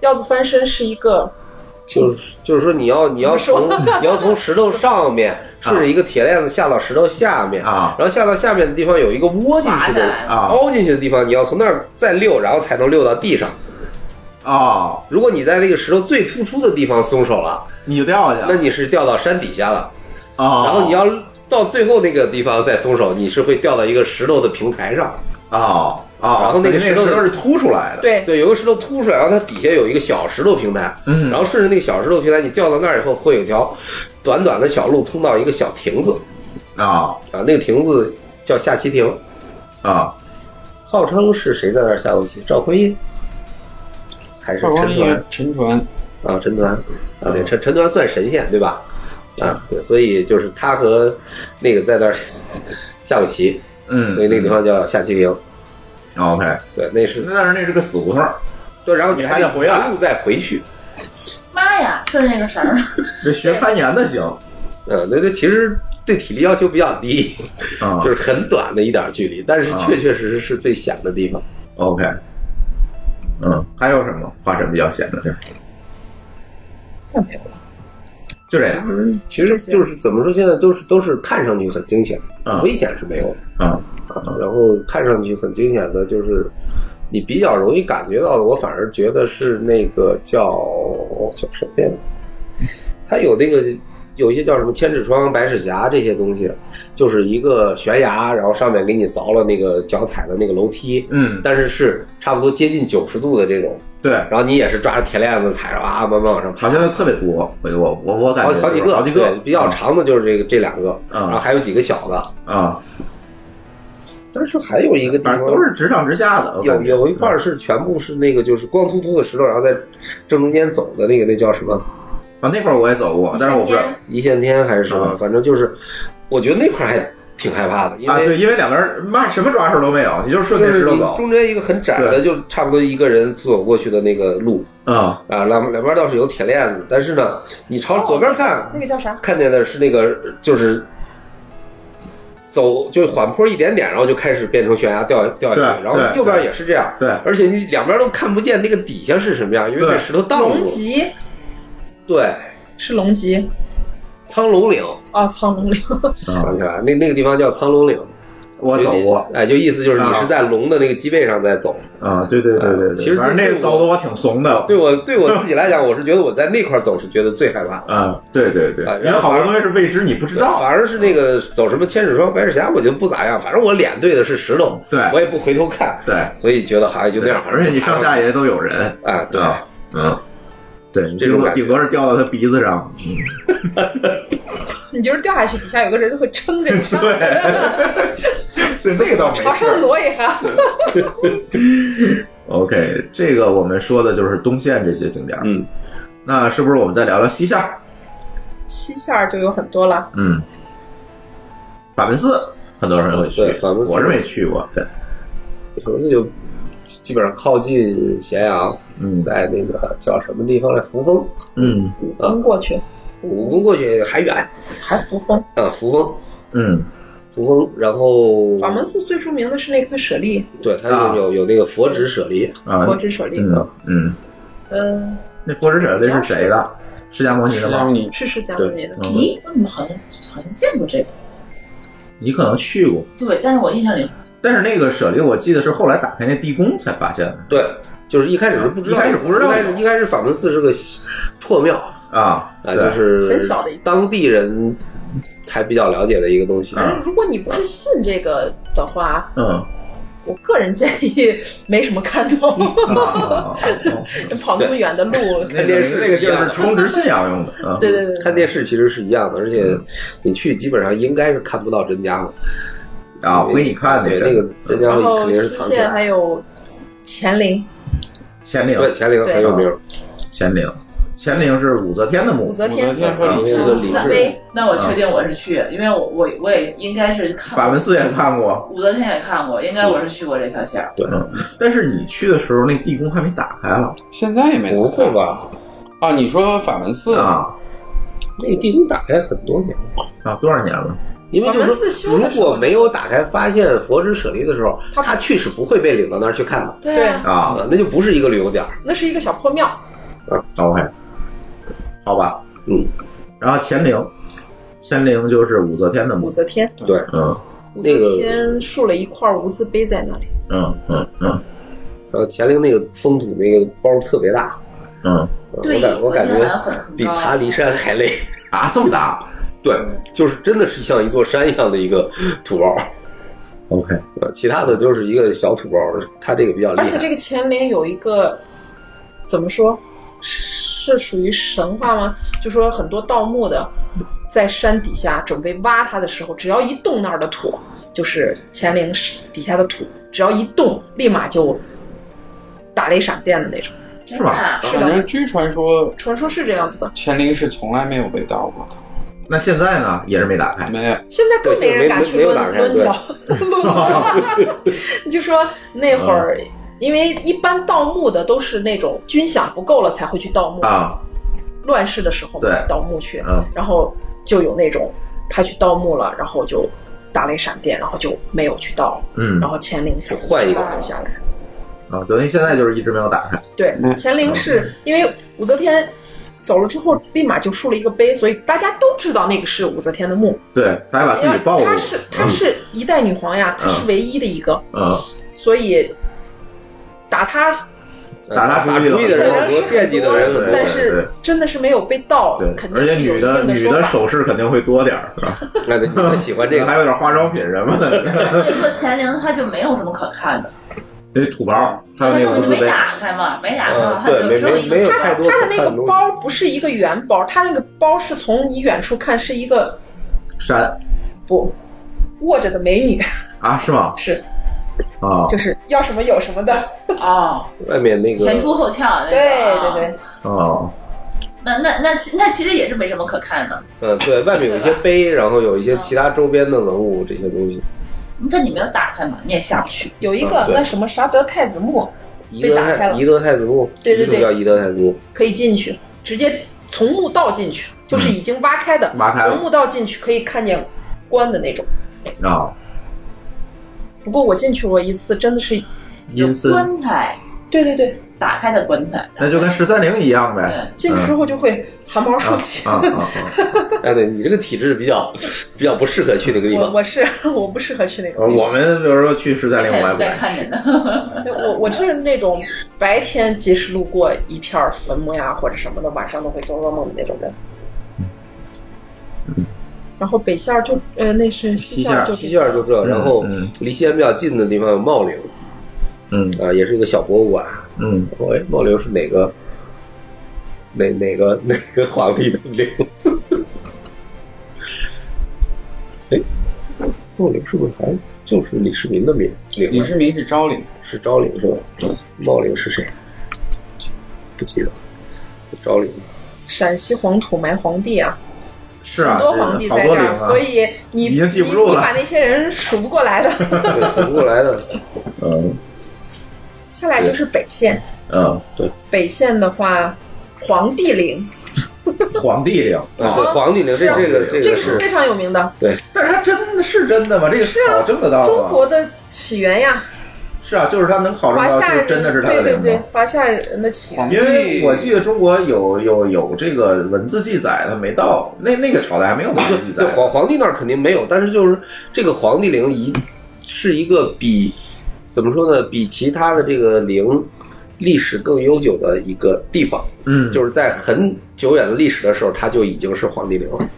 鹞子翻身是一个就是就是说你要你要从你要从石头 上面顺着一个铁链子下到石头下面啊然后下到下面的地方有一个窝进滑去下的来了。啊凹进去的地方，你要从那儿再溜，然后才能溜到地上。哦，如果你在那个石头最突出的地方松手了，你就掉下去那了你是掉到山底下了。啊，然后你要到最后那个地方再松手，你是会掉到一个石头的平台上。哦哦，然后那个所以石头石头是凸出来的，对对，有个石头凸出来，然后它底下有一个小石头平台，嗯然后顺着那个小石头平台，你掉到那儿以后，会有一条短短的小路通到一个小亭子啊啊，那个亭子叫下棋亭，啊号称是谁在那儿下过棋？赵匡胤还是陈抟沉船，啊？陈抟啊，嗯对，陈陈抟算神仙对吧？啊，对，所以就是他和那个在那儿下过棋，嗯，所以那个地方叫下棋亭。啊 OK，对，那是那但是那是个死胡同儿，对，然后你还得回来一路再回去。妈呀，顺着那个 绳儿，这学攀岩的行嗯，那那其实对体力要求比较低，啊，就是很短的一点距离，但是确确实实是最险的地方。 OK。嗯，还有什么华山比较险的地儿？再没有了。就这样，其实就是怎么说，现在都是都是看上去很惊险嗯，危险是没有的。啊然后看上去很惊险的，就是你比较容易感觉到的，我反而觉得是那个叫哦叫什么呀？它有那个有一些叫什么千尺窗、百尺峡这些东西，就是一个悬崖，然后上面给你凿了那个脚踩的那个楼梯，嗯但是是差不多接近九十度的这种，对，然后你也是抓着铁链子踩着啊，慢慢往上爬好。像特别多，我我我我感好觉好几就是个，嗯好几个对比较长的就是这个这两个，嗯然后还有几个小的，啊，但是还有一个地反方嗯正都是直上直下的。我感有觉有一块儿是全部是那个就是光秃秃的石头，然后在正中间走的那个，那叫什么？啊，那块儿我也走过，但是我不知道一线天还是什么？嗯反正就是，我觉得那块儿还挺害怕的，因啊，对，为因为两个人妈什么抓手都没有，你就是顺就着是石头你走中间一个很窄的，就差不多一个人走过去的那个路啊啊，两两边倒是有铁链子，但是呢，你朝左边看，哦那个叫啥？看见的是那个就是。走就缓坡一点点，然后就开始变成悬崖掉掉下去，对然后对右边也是这样，对而且你两边都看不见那个底下是什么样，因为对被石头挡龙住。脊对，是龙脊苍龙岭，啊，苍龙岭。啊想，起来，那那个地方叫苍龙岭，我走过哎，就意思就是你啊是在龙的那个脊背上在走。啊，对对对对对，其实反正这那对个我走的我挺怂的，对我对我自己来讲，我是觉得我在那块儿走是觉得最害怕的。啊，对对对啊，因为然后好多东西是未知，你不知反道，而是那个走什么千尺窗、百尺峡，我就不咋样。反正我脸对的是石头，对我也不回头看，对，所以觉得好像就那样。而且你上下也都有人，啊，对，啊，嗯，对，你这种顶多感觉顶多是掉到他鼻子 上，嗯 你就是掉下去，底下有个人会撑着你 上来，所以那个倒 没朝事上儿。挪一下。 OK，这个我们说的就是东线这些景点儿，嗯，那是不是我们再聊聊西线儿？西线儿就有很多了，嗯，法门寺很多人会去对，法门寺我是没去过，对，可能就基本上靠近咸阳，嗯在那个叫什么地方来？扶风，嗯能过去武功过去还远还扶风。啊，扶风，嗯扶风，然后法门寺最著名的是那颗舍利，对，它啊有有有那个佛指舍利，啊，佛指舍利。嗯嗯，嗯，那佛指舍利是谁的？释迦牟尼的让吗？你是释迦牟尼的。嗯咦，我怎么好像好像见过这个？你可能去过，对，但是我印象里但是那个舍利我记得是后来打开那地宫才发现的对，就是一开始是不知道，啊一开始不知道一开始一开始法门寺是个破庙，啊，啊，就对是很小的一个当地人才比较了解的一个东西。嗯如果你不是信这个的话，嗯我个人建议没什么看头，啊，跑那么远的路，那电视那个地儿是充值信仰用的，嗯对对对，看电视其实是一样的，而且你去基本上应该是看不到真家伙啊，我给你看对那那个嗯个真家然伙后肯定是西藏起线还来。有乾陵、乾陵，对，乾陵很有名，乾陵，乾陵是武则天的武墓，则武则天、天和李这治个我李自治卑，那我确定我是去，因为我我我也应该是看嗯法门寺也看过，嗯武则天也看过，应该我是去过这条线儿。但是你去的时候那地宫还没打开了现在也没不会吧？啊？你说法门寺？啊那地宫打开很多年了，啊，多少年了？因为就我们自是修说，的如时候果没有打开发现佛指舍离的时候，他他去是不会被领到那儿去看的对啊，啊啊，那就不是一个旅游点儿。那是一个小破庙， ，OK，好吧，嗯，然后乾陵，乾陵就是武则天的武墓，则天，对，嗯武那个则天竖了一块无字碑在那里，嗯嗯嗯然后乾陵那个风土那个包特别大，呃嗯，对我感我感我觉得觉好像很比高爬骊山 还累。啊，这么大对，就是真的是像一座山一样的一个土包， ，OK，呃其他的就是一个小土包，它这个比较厉害。而且这个乾陵有一个怎么说，是属于神话吗？就说很多盗墓的在山底下准备挖它的时候，只要一动那儿的土，就是乾陵底下的土，只要一动，立马就打雷闪电的那种。是吧？啊是反的，正据传说，传说是这样子的，乾陵是从来没有被盗过的，那现在呢，也是没打开，没有。现在更没人敢去抡抡脚。 你就说那会儿，因为一般盗墓的都是那种军饷不够了才会去盗墓，啊，乱世的时候嘛对盗墓去，嗯然后就有那种他去盗墓了，然后就打雷闪电，然后就没有去盗，嗯然后乾陵才换一个保留下来。啊，等于现在就是一直没有打开，对嗯，乾陵是因为武则天走了之后，立马就竖了一个碑，所以大家都知道那个是武则天的墓。对，他还把自因为己暴嗯露，她是她是一代女皇呀，她是唯一的一个，嗯，所以打她打他呃打主主意意的的人很人很多多，惦记的嗯人很但多。是真的是没有被盗对，，肯定而且是有女一的定女说的法。首饰肯定会多点 儿，是吧那哎你们喜欢这 个还？有点化妆品什么 的，所以说乾陵它就没有什么可看的，那土包，还有它那个无根本就字没碑，打开嘛，没打开嘛，嗯，它对，就没只有没一没有个太多它的那可个看的东西包不是一个圆包，它那个包是从你远处看是一个山不握着的美女，啊，是吗？是啊就是要什么有什么的。哦，外面那个前凸后翘那个。对啊对对。对，哦，那那那其那其实也是没什么可看的，嗯，对外 面有一些碑，然后有一嗯些其他周边的文物这些东西。但你没有打开嘛，你也下不去。有一个嗯对那什么沙德太子墓宜被德打开太了宜德太子墓，对对对是不是叫宜德太子墓。可以进去，直接从墓道进去，就是已经挖开的，嗯挖开了从墓道进去可以看见棺的那种。啊，不过我进去过一次，真的是，阴森，棺材对对对，打开的棺材，那就跟十三陵一样呗。对，进去之后就会汗毛竖起。嗯啊啊 哎，对你这个体质比较比较不适合去那个地我方。我是 我不适合去那啊！种地方，我们比如说去十三陵，我看也不也不该敢去。看见的。 我我就是那种白天即使路过一片儿坟墓呀或者什么的，晚上都会做噩梦的那种人。然后北线儿就呃那是嗯西西线儿线就西线儿就这，嗯然后嗯离西安比较近的地方有茂陵嗯啊，也是一个小博物馆。嗯，哎，茂陵是哪个？哪哪个 哪个皇帝的陵？ 哎，茂陵是不是还就是李世民的陵？陵李吧世民是昭陵，是昭陵是吧？嗯茂陵是谁？不记得。昭陵陕西黄土埋皇帝啊，是啊，很多皇帝好在多这陵儿，啊，所以你已经记不住了你你把那些人数不过 来的。对数不过来的。嗯下来就是北线，嗯，北线的话，皇帝陵皇帝陵，啊，对，皇帝陵这这个这这个个是是非常有名啊的，但是它真的是真的吗？这个考证得到啊中吗？国的起源呀，是啊，就是它能考证华到夏是人真的是它的对对陵啊对吗？，华夏人的起源皇。因为我记得中国有有有这个文字记载，它没到那那个朝代还没有文字记 载对。皇皇帝那儿肯定没有，但是就是这个皇帝陵一是一个比怎么说呢，比其他的这个陵历史更悠久的一个地方，嗯就是在很久远的历史的时候，它就已经是皇帝陵了。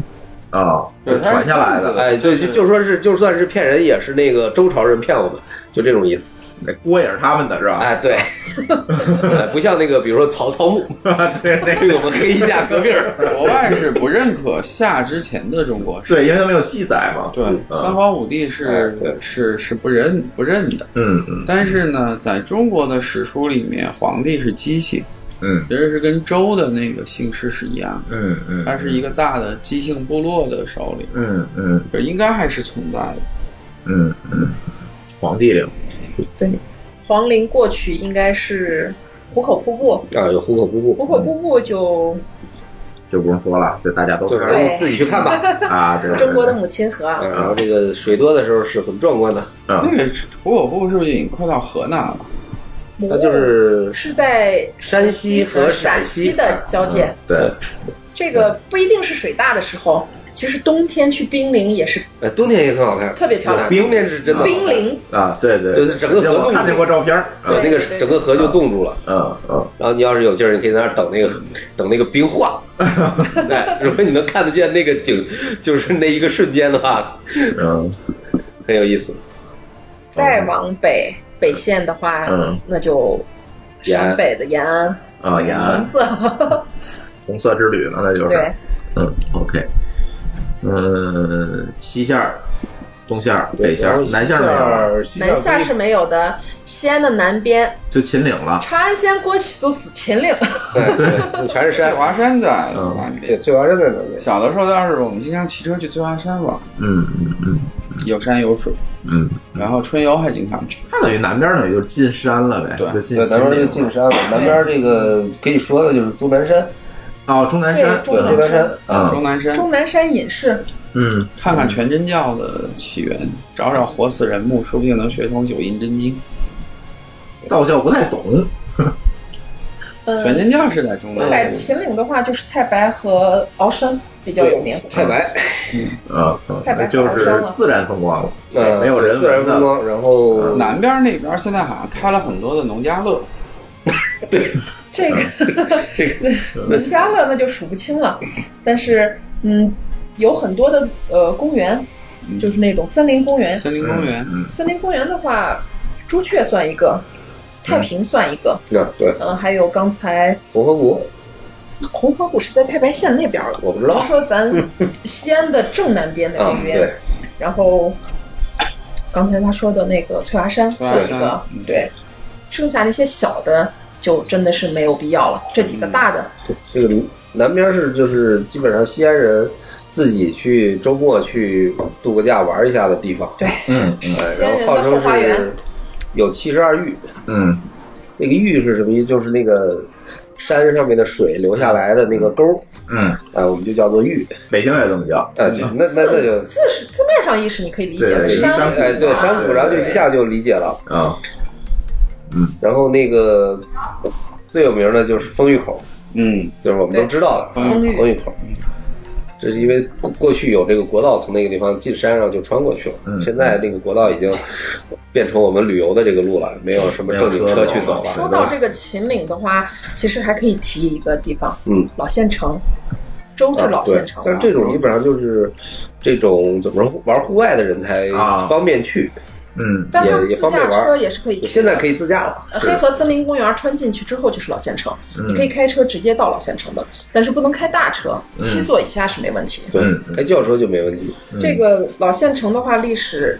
啊，对它是传下来这样子的，哎，对，就就说是就算是骗人，也是那个周朝人骗我们，就这种意思。那锅也是他们的是吧？哎， 对，哎不像那个比如说曹操墓，对，那 被我们黑一下隔壁儿。国外是不认可夏之前的中国史。对，因为他没有记载嘛。对，三嗯皇五帝是、哎对是是不认不认的。嗯嗯但是呢，在中国的史书里面，皇帝是机器，嗯其实是跟周的那个姓氏是一样的，嗯嗯，它是一个大的姬姓部落的首领，嗯嗯就应该还是存在的。嗯嗯，皇帝陵，黄陵过去应该是壶口瀑布，啊，有壶口瀑壶布，口瀑布就就不用说了，这大家都嗯知就是道让你自己去看 吧。啊，对，中国的母亲河啊，嗯然后这个水多的时候是很壮观的，嗯那个壶口瀑布是不是已经快到河南了？母它就是是在山西西和陕陕西嗯的交界。对，这个不一定是水大的时候，其实冬天去冰陵也是哎，冬天也很好看，特别漂亮。冬天是真的好看冰陵，啊，对对，就是整个合我纵看见过照片儿，对，啊那个对对整个河就冻住了。嗯嗯然后你要是有劲儿，你可以在那儿等那个等那个 冰化。对，如果你能看得见那个景，就是那一个瞬间的话，嗯很有意思。再往北北线的话，嗯那就延安陕北的延安，啊，延安嗯红色，啊红色之旅呢，那就是嗯 对，嗯，OK，嗯，西线儿、东线儿、北线儿、南线儿没有了，儿南下是没有的。西安的南边，就秦岭了。长安先过去就死秦岭，对 对，全翠是山。华山在嗯南对，边。翠华山在哪边？小的时候，要是我们经常骑车去翠华山玩，嗯嗯嗯有山有水，嗯，然后春游还经常去。那等于南边儿等于就是进山了呗，对就进对，秦咱们就岭进了。嗯山了。南边这个可以说的就是终南山，哦，终南山，对终对，终南山。嗯终南山终南山隐士，嗯，看看全真教的起源，找找活死人墓，说不定能学通九阴真经。道教不太懂，嗯，全真教是在中四南百山，秦岭的话，就是太白和鳌山比较有名。太白，啊，嗯太白就是自然风光了，呃没有人自然文风的，光。然后南边那边现在好像开了很多的农家乐，这个 农家乐那就数不清了，但是嗯，有很多的呃公园，就是那种森林公园。森林公园。嗯森林公园的话，朱雀算一个，太平算一个，啊，对，嗯、还有刚才红河谷，红河谷是在太白县那边了，我不知就道是。说咱西安的正南边的啊这，边，对，然后刚才他说的那个翠华山翠华算一山个，对，剩下那些小的就真的是没有必要了，这几个大的。这个南边是就是基本上西安人自己去周末去度个假玩一下的地方，对，嗯哎，西然安人后号的后称花是园，有七十二峪，嗯那个峪是什么意思？就是那个山上面的水流下来的那个沟，嗯，哎，我们就叫做峪，北京也这么叫，哎，就那那那就字是字面上意思你可以理解对为对山山哎对谷山谷，然后就一下就理解了。啊，然后那个最有名的就是丰峪口，嗯，就是我们都对知道的丰峪口丰峪口。这是因为过过去有这个国道从那个地方进山上就穿过去了，现在那个国道已经变成我们旅游的这个路了，没有什么正经车去走了。说到这个秦岭的话，其实还可以提一个地方，嗯，老县城，周至啊老对县城但是这种基本上就是这种怎么说玩户外的人才啊方便去，嗯但他们也自也方便驾玩车也是可啊以去的。现在可以自驾了。呃黑河森林公园穿进去之后就是老县城，你可以开车直接到老县城的，但是不能开大车，七座以下是没问题。对哎嗯，开轿车就没问题。这个老县城的话，历史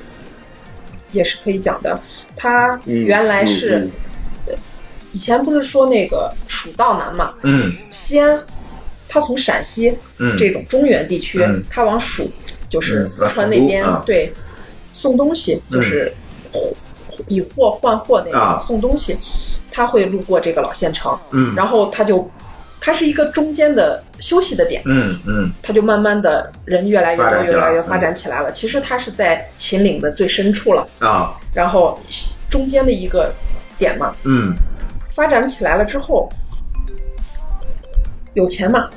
也是可以讲的。嗯它原来是、嗯嗯呃以前不是说那个蜀道难嘛，嗯西安，它从陕西嗯这种中原地区，嗯它往蜀就是嗯四川那边，往成都啊嗯对，送东西就是货以货换货那种、啊送东西，它会路过这个老县城，嗯然后它就它是一个中间的休息的点，嗯嗯它就慢慢的人越来越发多展，起越来来越嗯发展起来了。其实它是在秦岭的最深处了，啊，然后中间的一个点嘛，嗯发展起来了之后，有钱嘛？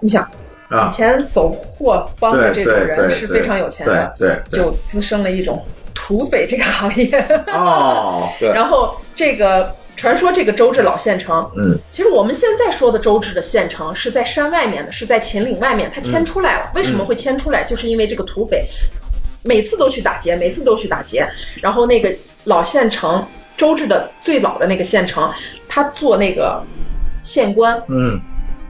你想，以啊，前走货帮的这种对对人对是非常有钱的，对对对就滋生了一种土匪这个行业。哦，对然后这个传说这个周至老县城，嗯，其实我们现在说的周至的县城是在山外面的，是在秦岭外面，它迁出来了。为什么会迁出来？就是因为这个土匪每次都去打劫，每次都去打劫。然后那个老县城，周至的最老的那个县城，他做那个县官，嗯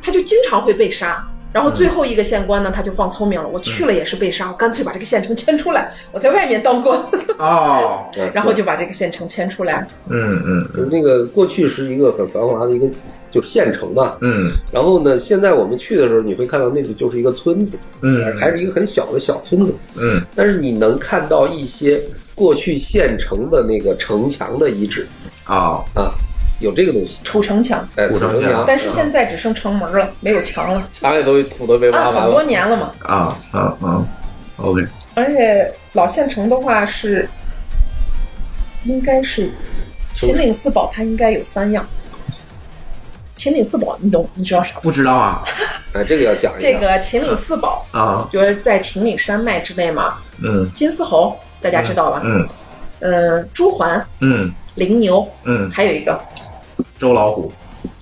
他就经常会被杀。然后最后一个县官呢，他就放聪明了，我去了也是被杀，我干脆把这个县城迁出来，我在外面当官， 哦，嗯然后就把这个县城迁出来。嗯嗯就是那个过去是一个很繁华的一个就是县城嘛，嗯然后呢，现在我们去的时候，你会看到那里就是一个村子，嗯还是一个很小的小村子，嗯但是你能看到一些过去县城的那个城墙的遗址哦，啊，有这个东西，土城墙，哎，古土城城墙墙，但是现在只剩城门了，没有墙了，墙也都土都被挖啊，完很多了，年了嘛。啊啊啊，OK，而且老县城的话是，应该是秦岭四宝，它应该有三样。秦岭四宝，你懂？你知道啥吗？不知道啊哎，这个要讲一这讲，个秦岭四宝，啊，就是在秦岭山脉之内嘛，嗯金丝猴大家知道吧？嗯呃，朱鹮、嗯羚牛，嗯，还有一个周老虎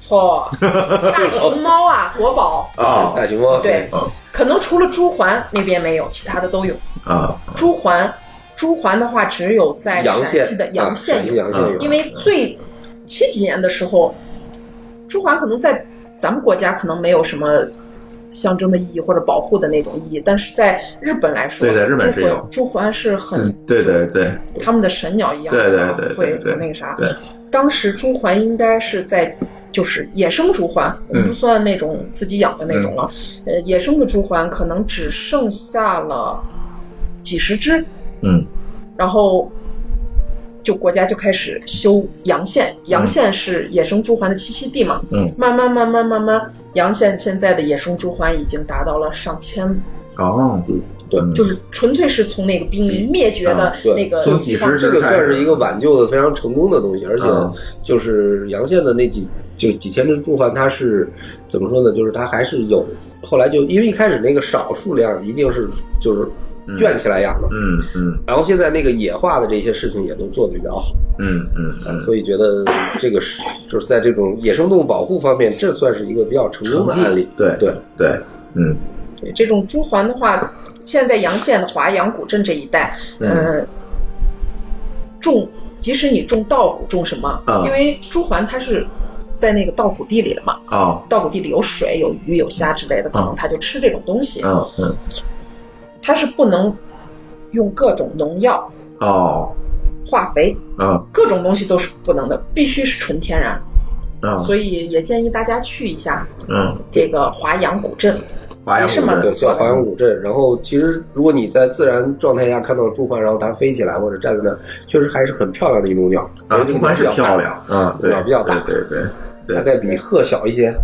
错，大熊猫啊，国宝。啊大熊猫，对嗯，可能除了朱鹮那边没有，其他的都有。啊朱鹮，朱鹮的话只有在洋陕西县的啊阳县，县陕有西，洋县啊嗯有，因为最七几年的时候，朱鹮可能在咱们国家可能没有什么象征的意义或者保护的那种意义，但是在日本来说，对在日本是朱鹮有朱鹮是很、嗯，对对对，他们的神鸟一样，对对对对会对很那个啥。对，当时朱鹮应该是在就是野生朱鹮，我嗯们不算那种自己养的那种了，呃，野生的朱鹮可能只剩下了几十只，嗯然后就国家就开始修洋县，洋县是野生朱鹮的栖息地嘛。嗯，慢慢慢慢慢慢，洋县现在的野生朱鹮已经达到了上千，哦，对，就是纯粹是从那个濒临灭绝的对那个从几十这个算是一个挽救的非常成功的东西，而且嗯就是洋县的那几就几千只猪环，它是怎么说呢？就是它还是有，后来就因为一开始那个少数量一定是就是圈起来养的，嗯嗯然后现在那个野化的这些事情也都做得比较好，嗯嗯嗯，所以觉得这个是就是在这种野生动物保护方面，这算是一个比较成功的案例。对对，对，嗯对这种朱鹮的话，现在洋县的华阳古镇这一带，嗯呃，种即使你种稻谷种什么，啊因为朱鹮它是在那个稻谷地里的嘛，哦，稻谷地里有水、有鱼、有虾之类的，可啊能它就吃这种东西，嗯嗯它是不能用各种农药、哦化肥，嗯各种东西都是不能的，必须是纯天然。啊嗯所以也建议大家去一下嗯，这个华阳古镇，华阳也是蛮不对，错叫的华阳古镇。然后，其实如果你在自然状态下看到朱鹮，然后它飞起来或者站在那儿，确实还是很漂亮的一种鸟。啊，而且不光是比较漂，大亮，嗯，对，对对大对对，概比鹤小一些，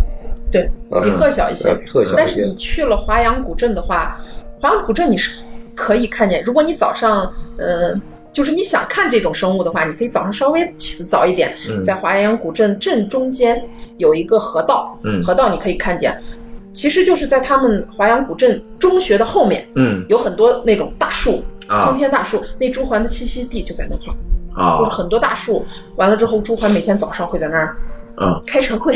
对，嗯比鹤小一些。呃，比鹤小但一是些你。去了华阳古镇的话，华阳古镇你是可以看见，如果你早上，呃，就是你想看这种生物的话，你可以早上稍微起得早一点，嗯在华阳古镇镇中间有一个河道，嗯河道你可以看见，其实就是在他们华阳古镇中学的后面嗯有很多那种大树。啊苍天大树，那朱鹮的栖息地就在那块儿，啊就是很多大树。完了之后，朱鹮每天早上会在那儿嗯开 晨会，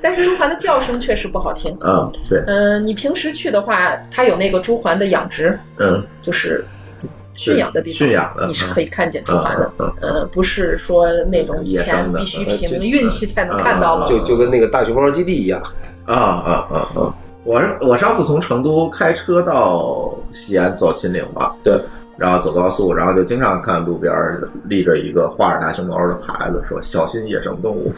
但是朱鹮的叫声确实不好听。嗯对嗯、你平时去的话，它有那个朱鹮的养殖，嗯就是驯养的地方，驯养的你是可以看见朱鹮的。嗯呃，不是说那种以野生前的嗯必须呃这凭运气才能看到了。就就跟那个大熊猫基地一样，啊啊啊啊！我是我上次从成都开车到西安走秦岭吧，对，然后走高速，然后就经常看路边立着一个画着大熊猫的牌子，说小心野生动物。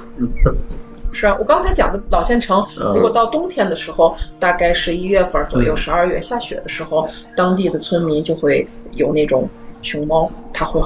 是啊，我刚才讲的老县城，嗯如果到冬天的时候，大概十一月份左右，十二月下雪的时候，当地的村民就会有那种熊猫，它会，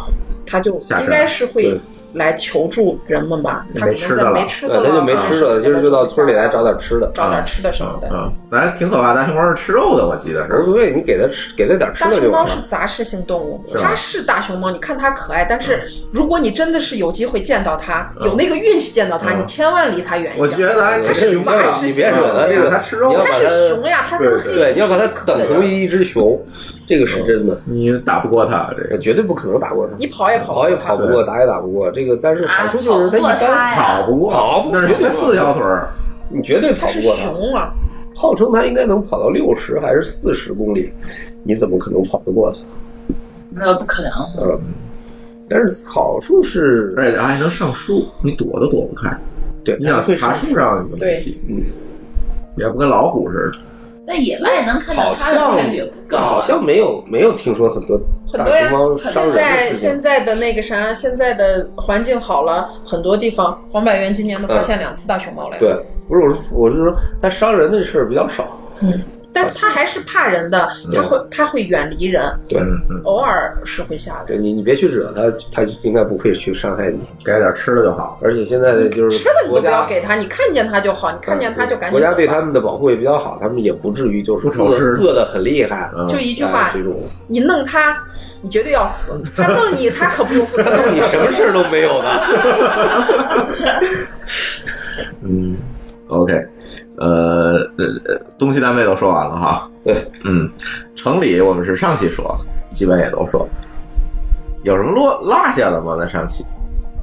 它就下山应该是会对来求助人们吧，他可没能吃的在了没吃的啊对，呃他就没啊吃的，今儿就到村里来找点啊吃的。哎找点吃的什么的。嗯，本来挺可怕，大熊猫是吃肉的，我记得无是。所谓，你给他吃，给他点吃大的就熊猫完是了。杂食性动物，吧它是大熊猫。你看它可爱，但是如果你真的是有机会见到它，有那个运气见到它，嗯你千万离它远一点。我觉得它它是熊熊啊啊，你别惹它这个它吃肉你要它把是熊呀，它跟黑对，你要把它等同于一只熊，这个是真的，呃你打不过它这个。绝对不可能打过它。你跑也跑跑也不过它跑不过，打也打不过。这个，但是好啊，处就是它跑不过一般，他呀跑不过，跑不过那是它四条腿儿，你绝对它跑不是过它。熊啊，号称它应该能跑到六十还是四十公里，你怎么可能跑得过它？那不可能。嗯，但是好处是，而且哎它还能上树，你躲都躲不开。对，你想会爬树上，你都没戏。嗯，也不跟老虎似的。在野外能看到好它的概像率也不高好啊。像没有没有听说很多很大多呀熊猫。现伤人在的事现情。在的那个啥，现在的环境好了，很多地方黄百元今年都发现两次大熊猫了呀。嗯对，不是我是我是说，它伤人的事儿比较少。但是它还是怕人的，嗯它会它会远离人，对，嗯嗯，偶尔是会下来。对你你别去惹它，它应该不会去伤害你。给它点吃的就好。而且现在的就是吃了你国都不家要给它，你看见它就好，你看见它就赶紧国走吧。家对他们的保护也比较好，他们也不至于就是不愁饿吃饿得很厉害。嗯就一句话哎这种，你弄它，你绝对要死。它弄你，它可不用负责任。你什么事儿都没有 的。嗯，OK，呃呃，呃东西南北都说完了哈。对，嗯，城里我们是上期说，基本也都说了，有什么落落下的吗？在上期，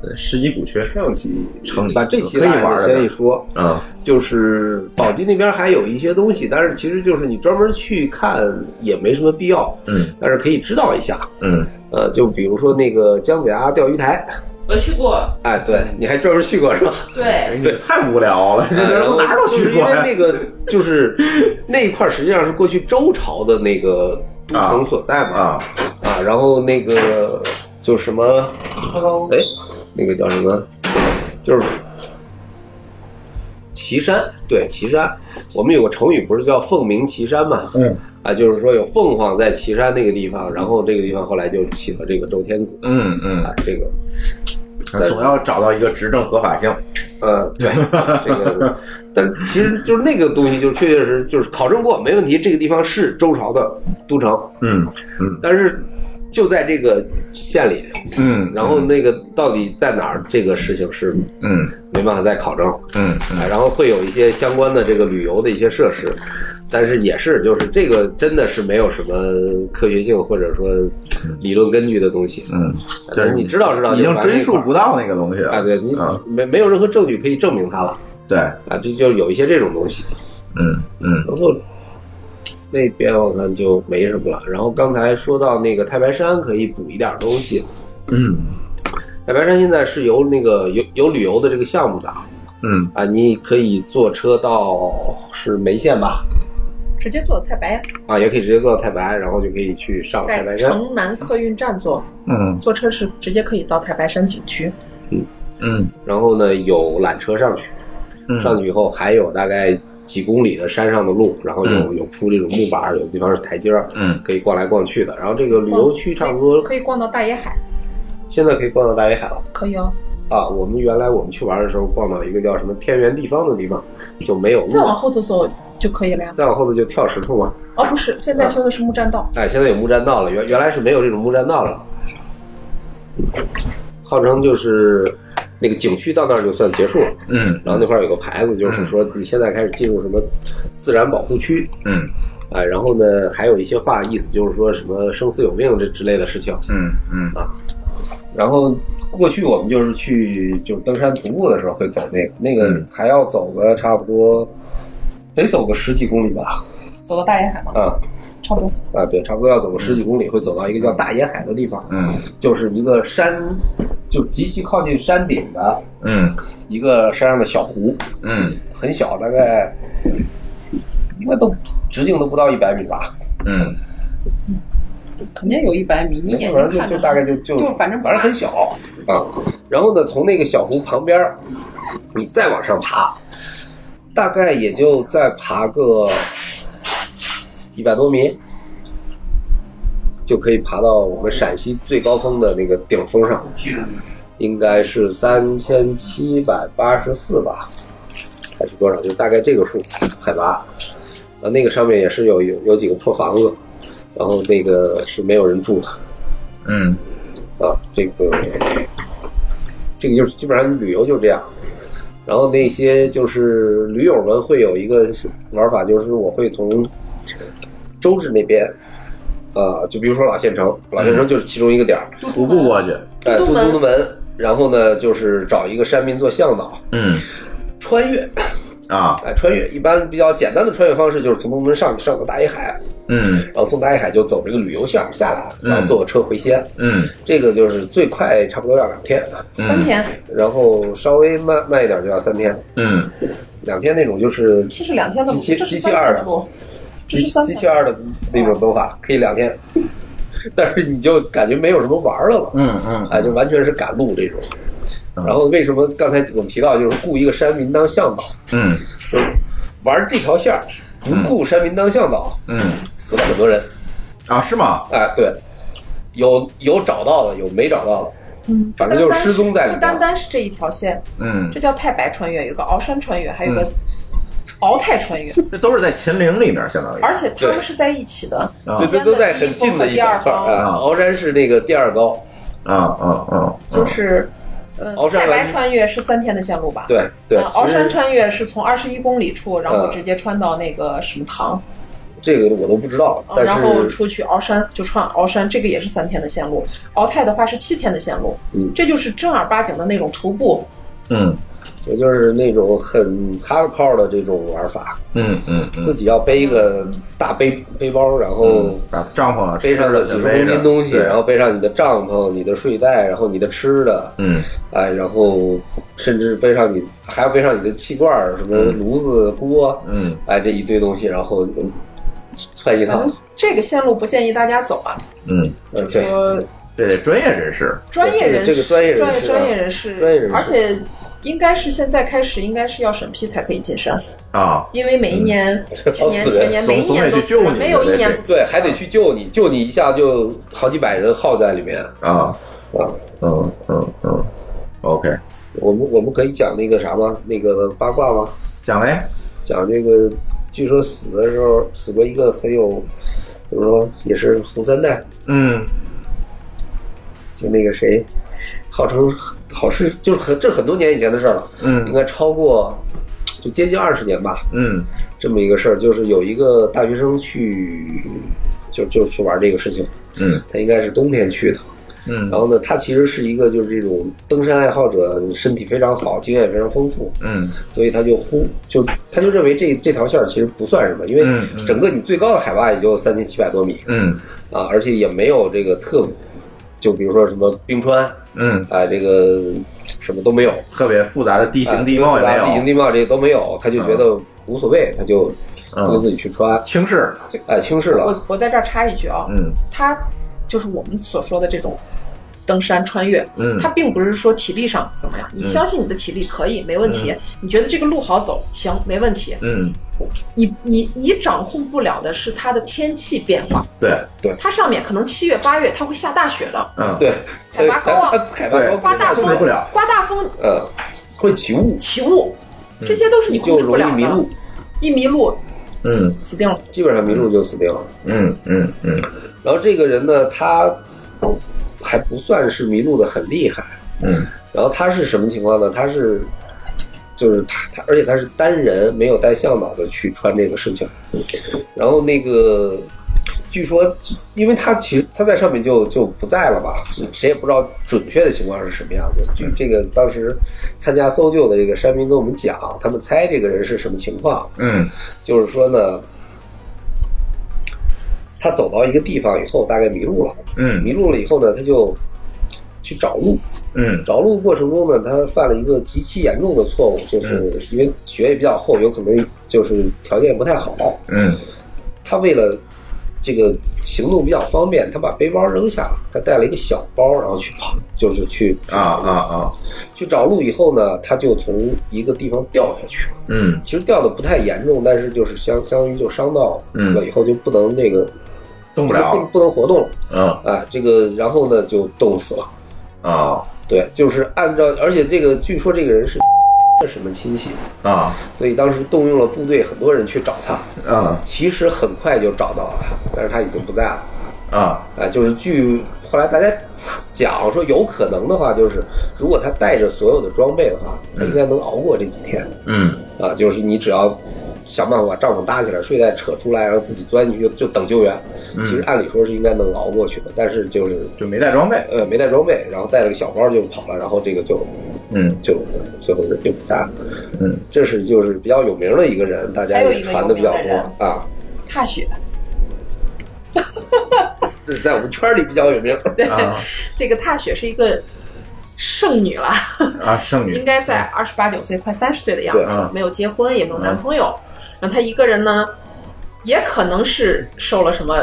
呃十级补缺，上期城里把这期可以大家玩的先一说，嗯，就是宝鸡那边还有一些东西，但是其实就是你专门去看也没什么必要，嗯但是可以知道一下。嗯，呃，就比如说那个姜子牙钓鱼台，我去过，哎，对，你还专门去过是吧？对，你太无聊了，这哎然人后哪儿都去过就是因呀为那 个就是那一块，实际上是过去周朝的那个都城所在嘛啊，啊，然后那个就什么，哎，那个叫什么，就是岐山，对岐山，我们有个成语不是叫凤鸣岐山嘛，嗯，啊，就是说有凤凰在岐山那个地方，然后这个地方后来就起了这个周天子，嗯啊嗯，，这个总要找到一个执政合法性，呃，对，这个，但是其实就是那个东西，就是确确实实就是考证过，没问题，这个地方是周朝的都城，嗯但是就在这个县里，嗯，然后那个到底在哪儿，这个事情是嗯没办法再考证，嗯啊然后会有一些相关的这个旅游的一些设施，但是也是就是这个真的是没有什么科学性或者说理论根据的东西，嗯，就但是是你知道知道已就经完了追一溯块儿不到那个东西了啊，对你嗯没没有任何证据可以证明它了。对，啊，这就有一些这种东西，嗯嗯然后那边我看就没什么了。然后刚才说到那个太白山可以补一点东西，嗯太白山现在是有那个有有旅游的这个项目的嗯，啊，你可以坐车到是眉县吧，直接坐的太白呀，啊，也可以直接坐到太白，然后就可以去上太在白山。城南客运站坐，嗯坐车是直接可以到太白山景区。嗯然后呢，有缆车上去，嗯，上去以后还有大概几公里的山上的路，然后有有铺这种木板儿，有的地方是台阶儿，嗯可以逛来逛去的。然后这个旅游区差不多可以逛到大野海，现在可以逛到大北海了。可以哦。啊，我们原来我们去玩的时候，逛到一个叫什么天元地方的地方，就没有路再。往后头走就可以了呀。再往后头就跳石头嘛，哦，不是，现嗯在修的是木栈道。哎，现在有木栈道了，原原来是没有这种木栈道了。号称就是那个景区到那儿就算结束了，嗯然后那块儿有个牌子，就是说你现在开始进入什么自然保护区，嗯哎，然后呢还有一些话，意思就是说什么生死有命这之类的事情。嗯嗯然后过去我们就是去就是登山徒步的时候会走那个，那个嗯还要走个差不多得走个十几公里吧，走到大野海嘛，啊差不多。啊对，差不多要走个十几公里，会走到一个叫大野海的地方，嗯就是一个山，就极其靠近山顶的嗯一个山上的小湖，嗯很小，大概应该都直径都不到一百米吧，嗯肯定有一百米，你反眼睛正就看就着大概就就就反正反正很小啊。然后呢，从那个小湖旁边儿，你再往上爬，大概也就再爬个一百多米，就可以爬到我们陕西最高峰的那个顶峰上。应该是三千七百八十四吧，还是多少？就大概这个数海拔。呃，那个上面也是有有有几个破房子，然后那个是没有人住的。嗯，啊，这个这个就是基本上旅游就这样。然后那些就是驴友们会有一个玩法，就是我会从周至那边，啊、就比如说老县城，老县城就是其中一个点儿，徒步过去，哎，嗯都东督门都门，然后呢就是找一个山民做向导，嗯穿越，啊，哎，穿越一般比较简单的穿越方式就是从东门上上个大一海，嗯然后从大一海就走这个旅游线儿下来，然后坐个车回西安，嗯这个就是最快差不多要两天，三天，然后稍微慢慢一点就要三天，嗯两天那种就是这是两天的路，机器这是机器三天二的的路，这机是三机天器。二的那种走法，可以 两天，但是你就感觉没有什么玩儿了嘛，嗯嗯，哎，就完全是赶路这种。然后为什么刚才我们提到就是雇一个山民当向导，嗯就是玩这条线儿，不雇山民当向导，嗯死了很多人。啊，是吗？哎，对，有有找到的，有没找到的，嗯，反正就是失踪在里不单面。单是这一条线，嗯这，叫太白穿越，有个鳌山穿越，还有嗯个鳌泰穿越，这都是在秦岭里面，相当于，而且他们对是在一起的。啊对，都都在很近的一小块儿啊啊。鳌山是那个第二高，啊啊啊，就是，嗯，鳌山太白蓝穿越是三天的线路吧？对对。嗯鳌其实山穿越是从二十一公里处，然后嗯直接穿到那个什么塘，这个我都不知道，嗯但然后是出去鳌山就穿鳌山，这个也是三天的线路。鳌泰的话是七天的线路，嗯这就是正儿八经的那种徒步。嗯也就是那种很 hardcore 的这种玩法，嗯嗯嗯，自己要背一个大背背包，然后把帐篷啊背上了几十公斤东西，然后背上你的帐篷、你的睡袋，然后你的吃的，嗯哎，然后甚至背上你还要背上你的气罐儿、什么炉子、锅，嗯哎，这一堆东西，然后嗯窜一反趟正，这个线路不建议大家走啊，嗯，嗯，就对，说这得专业人士，专业人士，这个这个专业人专业士啊专业人士，专业人士而且应该是现在开始，应该是要审批才可以进山，啊，因为每一年、去年、嗯老死前人年总每一年都总得去救死人你没有一对年对不死对，人还得去救你，救你一下就好几百人耗在里面啊，哦啊。嗯嗯嗯，OK，我们我们可以讲那个啥吗？那个八卦吗？讲呗，讲这个，据说死的时候死过一个很有，怎么说，也是红三代，嗯就那个谁，号称好是就是很这是很多年以前的事儿了，应嗯该超过就接近二十年吧，嗯这么一个事儿，就是有一个大学生去就就去玩这个事情，嗯他应该是冬天去的。嗯然后呢，他其实是一个就是这种登山爱好者，身体非常好，经验也非常丰富，嗯所以他就忽就他就认为这这条线儿其实不算什么，因为嗯嗯整个你最高的海拔也就三千七百多米嗯啊，而且也没有这个特，就比如说什么冰川嗯，啊，这个什么都没有，特别复杂的地形地貌也啊地形没地有，貌这些都没有，他就觉得无所谓，他就他就嗯，自己去穿，轻视，哎，轻视了，我我在这儿插一句啊，嗯它就是我们所说的这种登山穿越，嗯它并不是说体力上怎么样，你相信你的体力可以没问题，你觉得这个路好走行没问题，嗯，你你你掌控不了的是它的天气变化，对，它上面可能七月八月它会下大雪的，嗯对，海拔高啊他他 海拔对高，刮大控制风不了，刮大风呃，会起雾，起雾，这些都是你控就制不容了易的，迷路，一迷路嗯死定了，基本上迷路就死定了。嗯嗯嗯然后这个人呢，他还不算是迷路的很厉害。嗯然后他是什么情况呢？他是，就是他他，而且他是单人，没有带向导的去穿这个事情。然后那个，据说，因为他其实他在上面就就不在了吧，谁也不知道准确的情况是什么样子。就这个当时参加搜救的这个山民跟我们讲，他们猜这个人是什么情况，嗯就是说呢。他走到一个地方以后，大概迷路了。嗯迷路了以后呢，他就去找路。嗯着陆过程中呢，他犯了一个极其严重的错误，就是因为雪也比较厚，有可能就是条件不太好。嗯他为了这个行动比较方便，他把背包扔下了，他带了一个小包，然后去跑，就是去啊啊啊，去找路以后呢，他就从一个地方掉下去了。嗯其实掉的不太严重，但是就是相相当于就伤到了，以后就不能那个嗯动不不了能，不能活动了嗯啊。这个然后呢就冻死了。啊对，就是按照，而且这个据说这个人是的什么亲戚，啊所以当时动用了部队很多人去找他，啊其实很快就找到了他，但是他已经不在了。啊啊，就是据后来大家讲说，有可能的话，就是如果他带着所有的装备的话，他应该能熬过这几天。嗯啊，就是你只要想办法把帐篷搭起来，睡袋扯出来，然后自己钻进去，就等救援。其实按理说是应该能熬过去的，但是就是就没带装备，呃没带装备，然后带了个小包就跑了，然后这个就嗯就最后就不在了。嗯，这是就是比较有名的一个人，大家还有一也个传的比较有名的多啊，踏雪这是在我们圈里比较有名。 对啊这个踏雪是一个剩女了，啊剩应女该在二十八九岁，快三十岁的样子，对啊没有结婚，也没有男朋友。然后她一个人呢，也可能是受了什么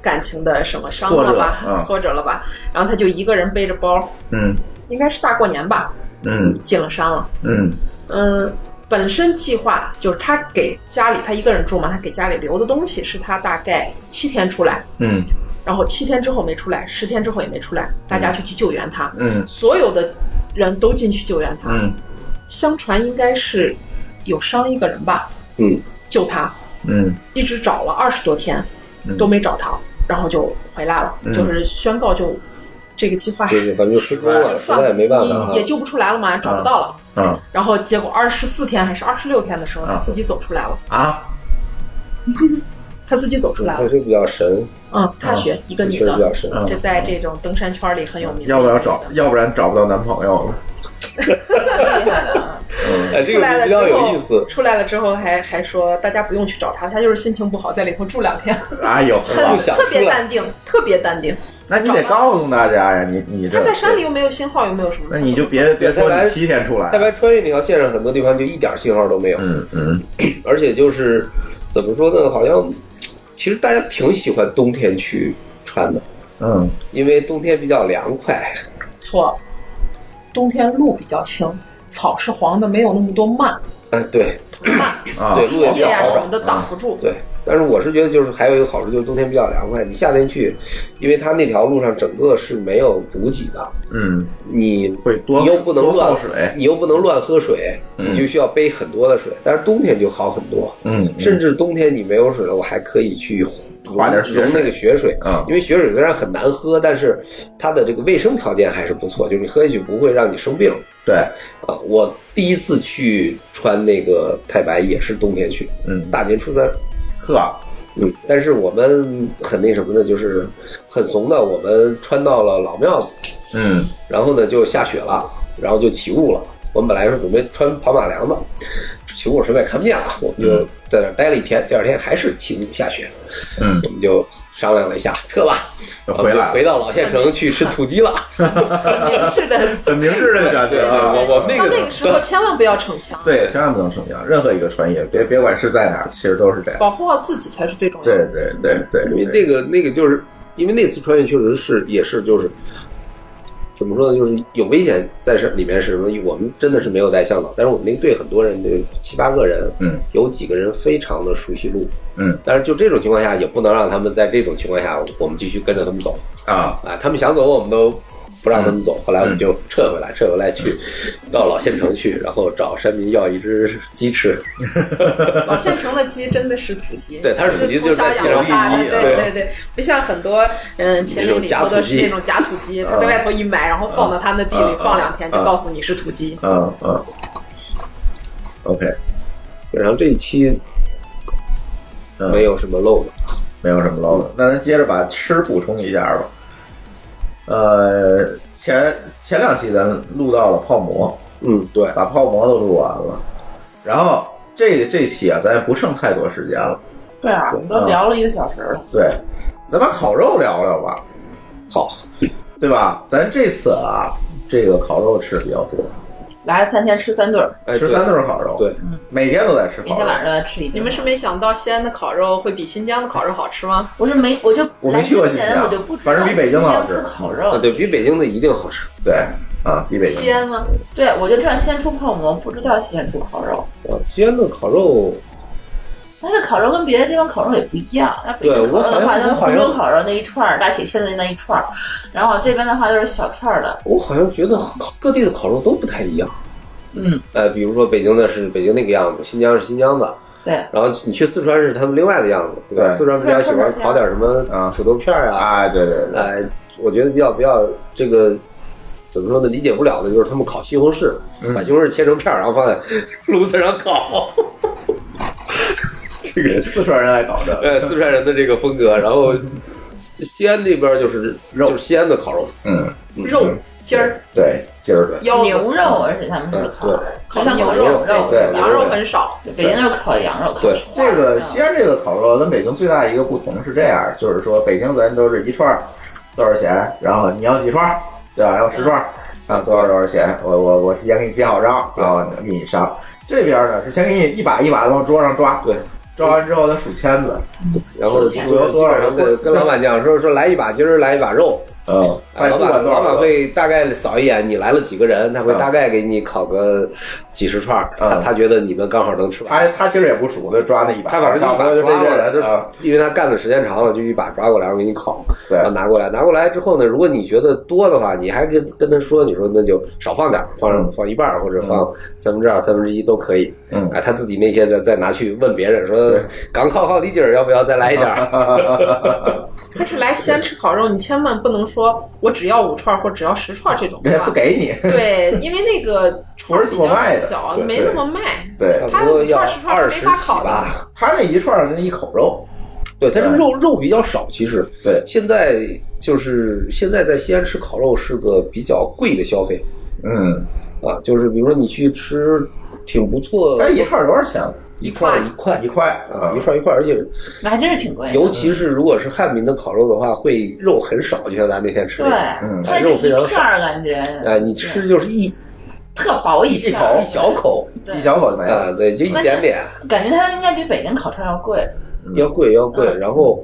感情的什么伤了吧，挫折啊挫折了吧。然后她就一个人背着包，嗯应该是大过年吧，嗯进了山了。嗯嗯，本身计划就是她给家里，她一个人住嘛，她给家里留的东西是她大概七天出来，嗯然后七天之后没出来，十天之后也没出来，大家就去救援她。嗯所有的人都进去救援她。嗯相传应该是有伤一个人吧，嗯，救他，嗯一直找了二十多天，嗯都没找到，然后就回来了，嗯就是宣告就这个计划就是反正就失踪了，就实算在了，也没办法你啊也。救不出来了嘛，找不到了。啊然后结果二十四天还是二十六天的时候，啊他自己走出来了，啊他自己走出来他了。是比较神，嗯，大学一个确女实比较的，神。嗯这在这种登山圈里很有名。要不要 找？要不然找不到男朋友了，厉害的啊！哎，出这个来了就比之较后，有意思。出来了之后还还说大家不用去找他，他就是心情不好，在里头住两天，哎呦不呵，想特别出来淡定，特别淡定。那你得告诉大家呀，你你这他在山里，又没有信号，又没有什么，那你就别别说你七天出来但，凡穿越那条线上，很多地方就一点信号都没有，嗯嗯而且就是怎么说呢？好像其实大家挺喜欢冬天去穿的，嗯因为冬天比较凉快。错。冬天路比较青，草是黄的，没有那么多蔓，哎，对蔓啊，嗯对，路也比叶较呀什么好的挡不住。对，但是我是觉得，就是还有一个好处就是冬天比较凉快。你夏天去，因为它那条路上整个是没有补给的，嗯你会多你又不能多乱泡水你又不能乱喝水，嗯你就需要背很多的水。但是冬天就好很多，嗯甚至冬天你没有水了，我还可以去划点雪融那个雪嗯水，啊嗯因为雪水虽然很难喝，但是它的这个卫生条件还是不错，就是你喝下去不会让你生病对，啊。我第一次去穿那个太白也是冬天去，嗯大年初三，呵，嗯，但是我们很那什么的，就是很怂的，我们穿到了老庙子，嗯然后呢就下雪了，然后就起雾了。我们本来是准备穿跑马良的，起雾实在看不见了，我们就在那儿待了一天。第二天还是起雾下雪，嗯我们就商量了一下，撤吧，又回来了我们就回到老县城去吃土鸡了。 是的，很明智的感觉啊，我我们 那到个那个时候千万不要逞强，对，千万不能逞强，任何一个穿越，别别管是在哪儿，其实都是这样。保护好自己才是最重要对的。对对对，因为那个那个就是因为那次穿越确实是也是就是怎么说呢，就是有危险在这里面是什么？我们真的是没有带向导，但是我们那个队很多人，就七八个人，嗯，有几个人非常的熟悉路，嗯，但是就这种情况下，也不能让他们在这种情况下我们继续跟着他们走啊，啊，他们想走我们都。不让他们嗯走，后来我们就撤回来，撤回来去到老县城去，然后找山民要一只鸡吃。老县城的鸡真的是土鸡，对它是土鸡从小养到大就的，是在对哎对对，不像很多嗯前林里头的是那种假土嗯鸡，他在外头一买，然后放到他那地里嗯放两天，就嗯告诉你是土鸡。嗯嗯，OK，然后这一期嗯没有什么漏的，没有什么漏的。那咱接着把吃补充一下吧。呃，前前两期咱录到了泡馍，嗯，对，把泡馍都录完了，然后这这期啊，咱也不剩太多时间了。对啊，我们都聊了一个小时了，对，咱把烤肉聊聊吧，好，对吧？咱这次啊，这个烤肉吃的比较多，来三天吃三顿儿，哎吃对三顿烤肉，对，每天都在吃每烤天肉。晚上要吃一顿。你们是没想到西安的烤肉会比新疆的烤肉好吃吗？我是没，我就我没去过来之前新疆我就不知道反正比北京好吃新疆出烤啊，肉。对比北京的一定好吃。对啊，比北京西安呢？呃对，我就知道西安出泡馍，不知道西安出烤肉。啊，西安的烤肉，它的烤肉跟别的地方烤肉也不一样。那北对京烤我肉好的像话，我就是红好像州烤肉那一串儿，大铁签子那一串儿，然后这边的话就是小串儿的。我好像觉得烤各地的烤肉都不太一样。嗯，呃，比如说北京的是北京那个样子，新疆是新疆的，对，然后你去四川是他们另外的样子，对吧？对四川比较喜欢烤点什么土豆片儿啊，哎，对对对，哎，我觉得比较比较这个怎么说呢？理解不了的就是他们烤西红柿，把西红柿切成片儿，然后放在炉子上烤。这个四川人爱搞 这，呃，四川人的这个风格，然后西安这边就是肉，就是西安的烤肉，嗯，肉筋儿、对，今儿对，腰子、牛肉，而且他嗯们是烤嗯对，烤像牛羊肉肉、肉，对羊肉很少，北京就是烤羊肉，烤对串这儿个西安这个烤肉跟北京最大一个不同是这样，就是说北京咱都是一串儿多少钱，然后你要几串儿，对吧？要十串儿，啊多少多少钱？我我我先给你记好账，然后你上。这边呢是先给你一把一把的往桌上抓，对，抓完之后他数签子，然后是多少基本上跟跟老板讲说说来一把，今儿来一把肉，嗯，哎不老管板多老板少，会大概扫一眼你来了几个人，他会大概给你烤个几十串儿，他嗯哎他觉得你们刚好能吃完。他他其实也不数，他抓那一把，他把这大一把把就抓过来这的啊，因为他干的时间长了，就一把抓过来，然后给你烤，对然后拿过来，拿过来之后呢，如果你觉得多的话，你还跟跟他说，你说那就少放点儿，放嗯放一半儿或者放三分之二、三分之一都可以。嗯哎，他自己那些再再拿去问别人说，刚烤好的劲儿，要不要再来一点儿？ 但是来西安吃烤肉，你千万不能说我只要五串儿或只要十串儿这种，人对家不吧？给你，对，因为那个串儿比不是这么卖较的小，啊对没那么卖。对差不多要他五串二儿十十串儿是没起法烤的吧。他那一串儿跟一口肉，对，但是肉肉比较少，其实对现在就是现在在西安吃烤肉是个比较贵的消费嗯，啊，就是比如说你去吃挺不错，但一串儿多少钱？哎一块儿一块一块啊，一串一块，而且那还真是挺贵的。尤其是如果是汉民的烤肉的话，会肉很少，就像咱那天吃对的，，嗯它就哎肉非常一片儿感觉，呃，你吃就是一特薄一一片口儿一，小口，对一小口就没啊，了。对，就一点点，感觉它应该比北京烤串要贵。要贵要贵。嗯然后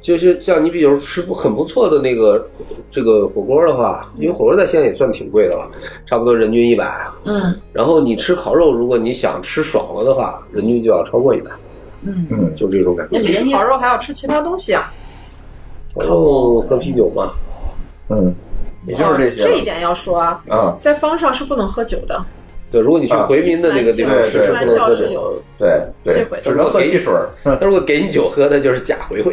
就是像你，比如吃不很不错的那个这个火锅的话，因为火锅在现在也算挺贵的了，差不多人均一百。嗯然后你吃烤肉，如果你想吃爽了的话，人均就要超过一百，嗯，嗯，就这种感觉。那北京烤肉还要吃其他东西啊，然后喝啤酒嘛，嗯，也就是这些这一点要说啊，啊，在方上是不能喝酒的。对，如果你去回民的那个地方对伊吃，对斯不兰能教喝是酒。有对对这回，只能喝汽水嗯儿。他如果给你酒喝，那就是假回回。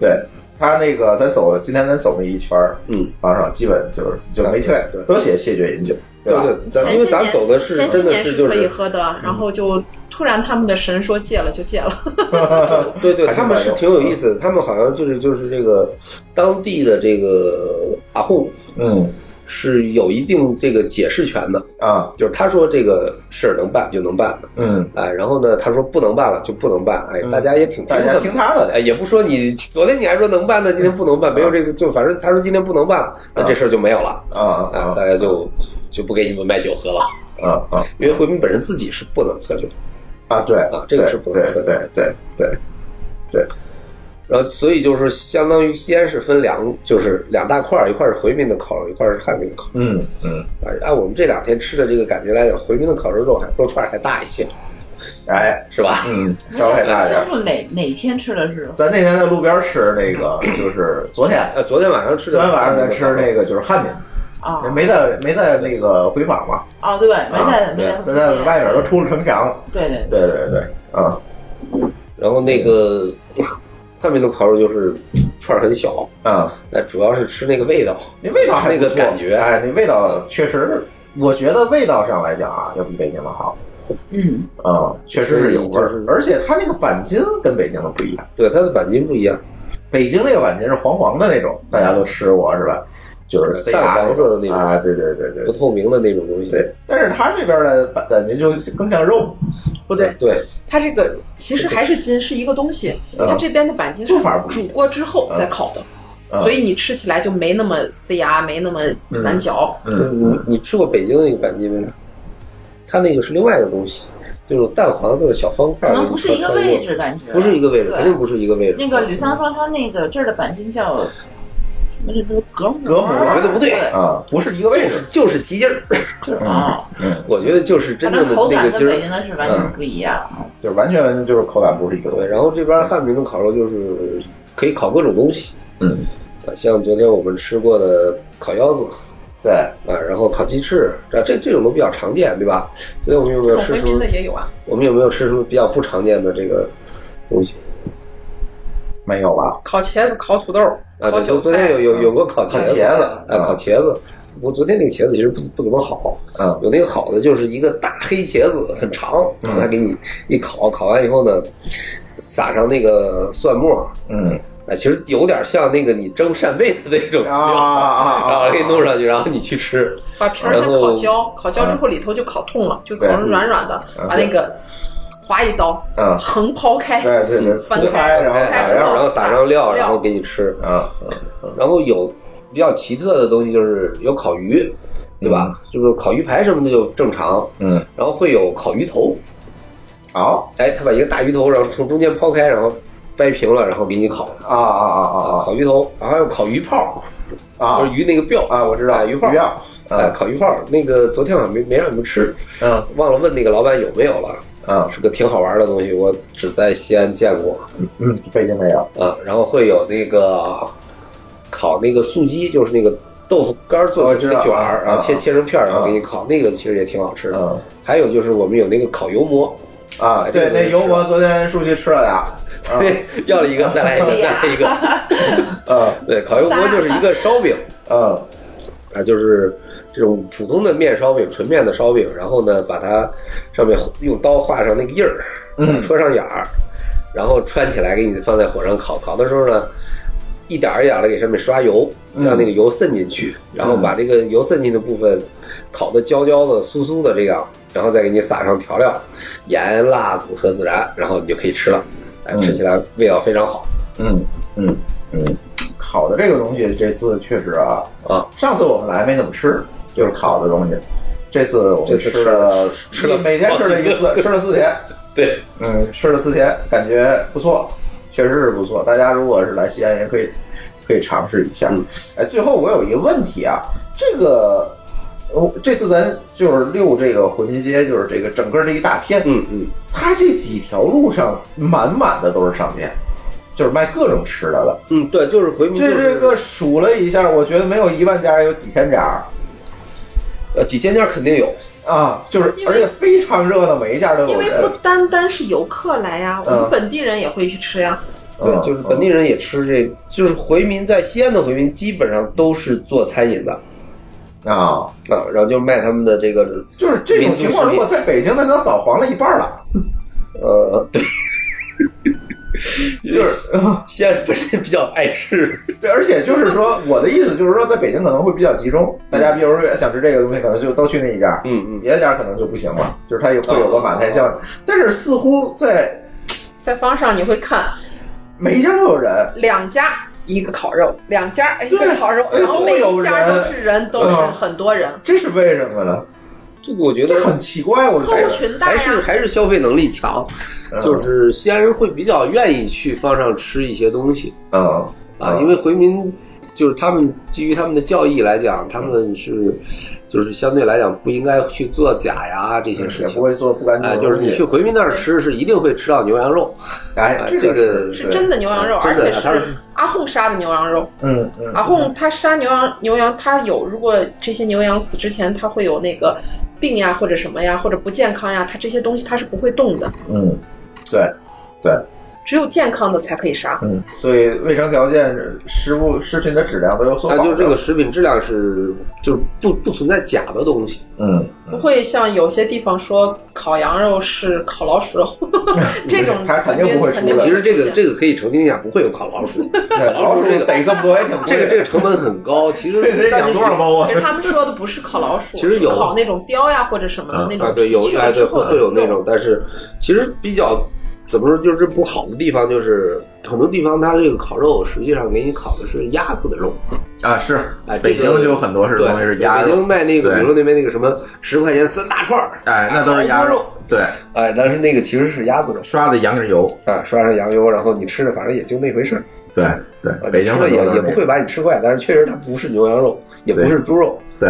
对他那个，咱走了，今天咱走了一圈儿，嗯，网上基本就是就没退对对，都写谢绝饮酒，对吧？对，咱因为咱走的是前些真的年就可以是，喝的，然后就突然他们的神说戒了就戒了。 嗯对对，还他们是挺有意思的，他嗯们好像就是就是这个当地的这个阿訇嗯是有一定这个解释权的，啊就是他说这个事儿能办就能办，嗯，哎，然后呢他说不能办了就不能办，哎，嗯大家也挺大家听他的得，哎，也不说你昨天你还说能办呢，今天不能办，没有这个就反正他说今天不能办了，那这事儿就没有了，啊哎，大啊家就就不给你们买酒喝了，啊啊因为回民本身自己是不能喝酒的。啊！对啊这个是不对能喝对的对对然后，所以就是相当于西安是分两，就是两大块儿，一块儿是回民的烤肉，一块儿是汉民的烤肉。嗯嗯，啊，按我们这两天吃的这个感觉来讲，回民的烤肉肉还肉串儿还大一些，哎是吧？嗯，稍微大一点清。楚哪哪天吃的是咱那天在路边吃那 个，就是昨天，呃，昨天晚上吃的昨天晚上在在吃那个就是汉民，啊哦没在没在那个回马嘛，哦，对，没在啊没对咱在外面都出了城墙了。对对对对对，啊然后嗯那个 汉民的烤肉就是串儿很小，啊，那主要是吃那个味道，那味道还那不个错感觉，哎，那味道确实，我觉得味道上来讲啊，要比北京的好。嗯，啊，确实是有味就是儿，而且它那个板筋跟北京的不一样，对，它的板筋不一样，北京那个板筋是黄黄的那种，大家都吃过是吧？就是塞牙淡黄色的那种啊，对对对对不对透明的那种东西。对。但是它这边的板板筋就更像肉，不对，嗯对，它这个其实还是筋，是一个东西。嗯它这边的板筋是做法不一煮样过之后再烤的，啊所以你吃起来就没那么塞牙，没那么难嚼。嗯你你吃过北京那个板筋没有？它那个是另外的东西，就是淡黄色的小方块可儿那能种不是串串一肉，个位置，感觉不是一个位置，对肯定不是一个位置。那个吕三说他那个这儿的板筋叫什那是那是隔膜，隔膜我我觉得不对啊，不是一个位置，就是提劲儿，就是啊，嗯，我觉得就是真反正正的口那感个跟劲北京儿，嗯的是完全不一样。就是完全就是口感不是一个对，然后这边汉民的烤肉就是可以烤各种东西，嗯，啊，像昨天我们吃过的烤腰子，对，啊，然后烤鸡翅，啊，这这种都比较常见，对吧？所以我们有没有孔吃回什民么的？也有啊，我们有没有吃什么比较不常见的这个东西？没有吧？烤茄子、烤土豆、啊，烤对，韭昨菜天。有有有个烤烤茄茄子啊，烤茄子。我昨天那个茄子其实不不怎么好，嗯，有那个好的就是一个大黑茄子，很长，然后他给你一烤，烤完以后呢，撒上那个蒜末，嗯，啊，其实有点像那个你蒸扇贝的那种啊啊啊 然后给你弄上去，然后你去吃，把皮儿然先后烤焦，烤焦之后里头就烤痛了，就烤成软软的嗯，把那个划一刀，嗯横抛开，嗯对对对，翻铺开然后开撒之料后然后哎撒上料料，然后给你吃。啊，然后有比较奇特的东西就是有烤鱼，对吧？就是烤鱼排什么的就正常，嗯，然后会有烤鱼头，好哎，他把一个大鱼头，然后从中间抛开，然后掰平了，然后给你烤啊啊啊烤鱼头，然后还有烤鱼泡，啊啊就是鱼那个鳔啊！我知道鱼泡，鱼料，哎，嗯烤鱼泡，那个昨天好像没没让你们吃，嗯忘了问那个老板有没有了。嗯是个挺好玩的东西，我只在西安见过嗯，北京没有啊。然后会有那个烤那个素鸡，就是那个豆腐干儿做我成知那道个卷儿，啊然后啊切切成片儿，然后啊给你烤，那个其实也挺好吃的嗯。还有就是我们有那个烤油馍，啊，对，那油馍昨天舒淇吃了俩，啊 要了一个再来一个，再来一个。嗯对，烤油馍就是一个烧饼嗯啊，就是这种普通的面烧饼，纯面的烧饼，然后呢，把它上面用刀画上那个印儿，啊嗯戳上眼儿，然后穿起来给你放在火上烤。烤的时候呢，一点儿一点儿的给上面刷油，嗯让那个油渗进去，然后把这个油渗进的部分烤的焦焦的、酥酥的这样，然后再给你撒上调料，盐、辣子和孜然，然后你就可以吃了。哎，嗯吃起来味道非常好嗯嗯嗯，烤的这个东西这次确实啊，啊！上次我们来没怎么吃，就是烤的东西。这次我这们次吃了吃了每天吃了一次，吃了四天，对，嗯，吃了四天，感觉不错，确实是不错。大家如果是来西安，也可以可以尝试一下。哎，最后我有一个问题啊，这个。哦，这次咱就是溜这个回民街，就是这个整个这一大片，嗯嗯，它这几条路上满满的都是商店，就是卖各种吃的的。嗯，对，就是回民、就这是。这个数了一下，我觉得没有一万家，有几千家呃，几千家肯定有，啊，就是而且非常热闹，每一家都因有为人不。单单是游客来呀，我嗯们本地人也会去吃呀。对，嗯就是本地人也吃这，就是回民在西安的回民基本上都是做餐饮的啊，啊，然后就卖他们的这个就是这种情况，如民族食品果在北京，那都早黄了一半了。呃，对， 就是啊西安本身比较爱吃， 对，而且就是说，我的意思就是说，在北京可能会比较集中，大家比如说想吃这个东西，可能就都去那一家。嗯嗯，别的家可能就不行了，就是它也会有个马太哦巷，但是似乎在在方上你会看每一家都有人，两家一个烤肉，两家哎一个对烤肉，哎然后每一家都有人都是人，都是嗯很多人，这是为什么呢？这个我觉得这很奇怪，我觉客户得群大还呀是。还是消费能力强，嗯就是西安人会比较愿意去方上吃一些东西嗯啊，嗯因为回民。就是他们基于他们的教义来讲，他嗯们是，就是相对来讲不应该去做假呀这些嗯事也情不。会做不干净哎，的东西。就是你去回民那儿吃，是一定会吃到牛羊肉。哎啊，这个是真的牛羊肉，真而的且它是是阿訇杀的牛羊肉。嗯嗯阿訇他杀牛羊，牛羊他有，如果这些牛羊死之前，他会有那个病呀，或者什么呀，或者不健康呀，他这些东西他是不会动的，嗯，对对，只有健康的才可以杀。嗯，所以卫生条件、食物、食品的质量都有所保它证。哎就这个食品质量是就是不不存在假的东西， 嗯，不会像有些地方说烤羊肉是烤老鼠肉， 这种嗯他肯定不会肯定出的其实这个肯定这个可以澄清一下，不会有烤老 鼠，对，老鼠逮这么多也挺贵的这个这个成本很高，其实这 得养多少包啊 其？实他们说的不是烤老鼠，其实有是烤那种雕呀或者什么的、那种啊，对，有皮去哎了对之会后的会有那种，但是其实比较怎么说，就是不好的地方就是很多地方它这个烤肉实际上给你烤的是鸭子的肉啊，是哎，北京这个就很多是对东西是鸭肉北京啊卖那个，对比如说那边那个什么十块钱三大串儿，哎，那都是鸭肉，对，哎，但是那个其实是鸭子肉，刷的羊油，啊，刷上羊油，然后你吃的反正也就那回事儿，对对啊，北京你吃很了多都也是那也个不会把你吃坏，但是确实它不是牛羊肉，也不对是猪肉，对。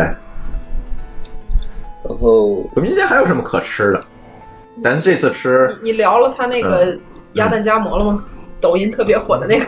然后我们民间还有什么可吃的？咱这次吃嗯你聊了他那个嗯鸭蛋夹馍了吗？抖音特别火的那个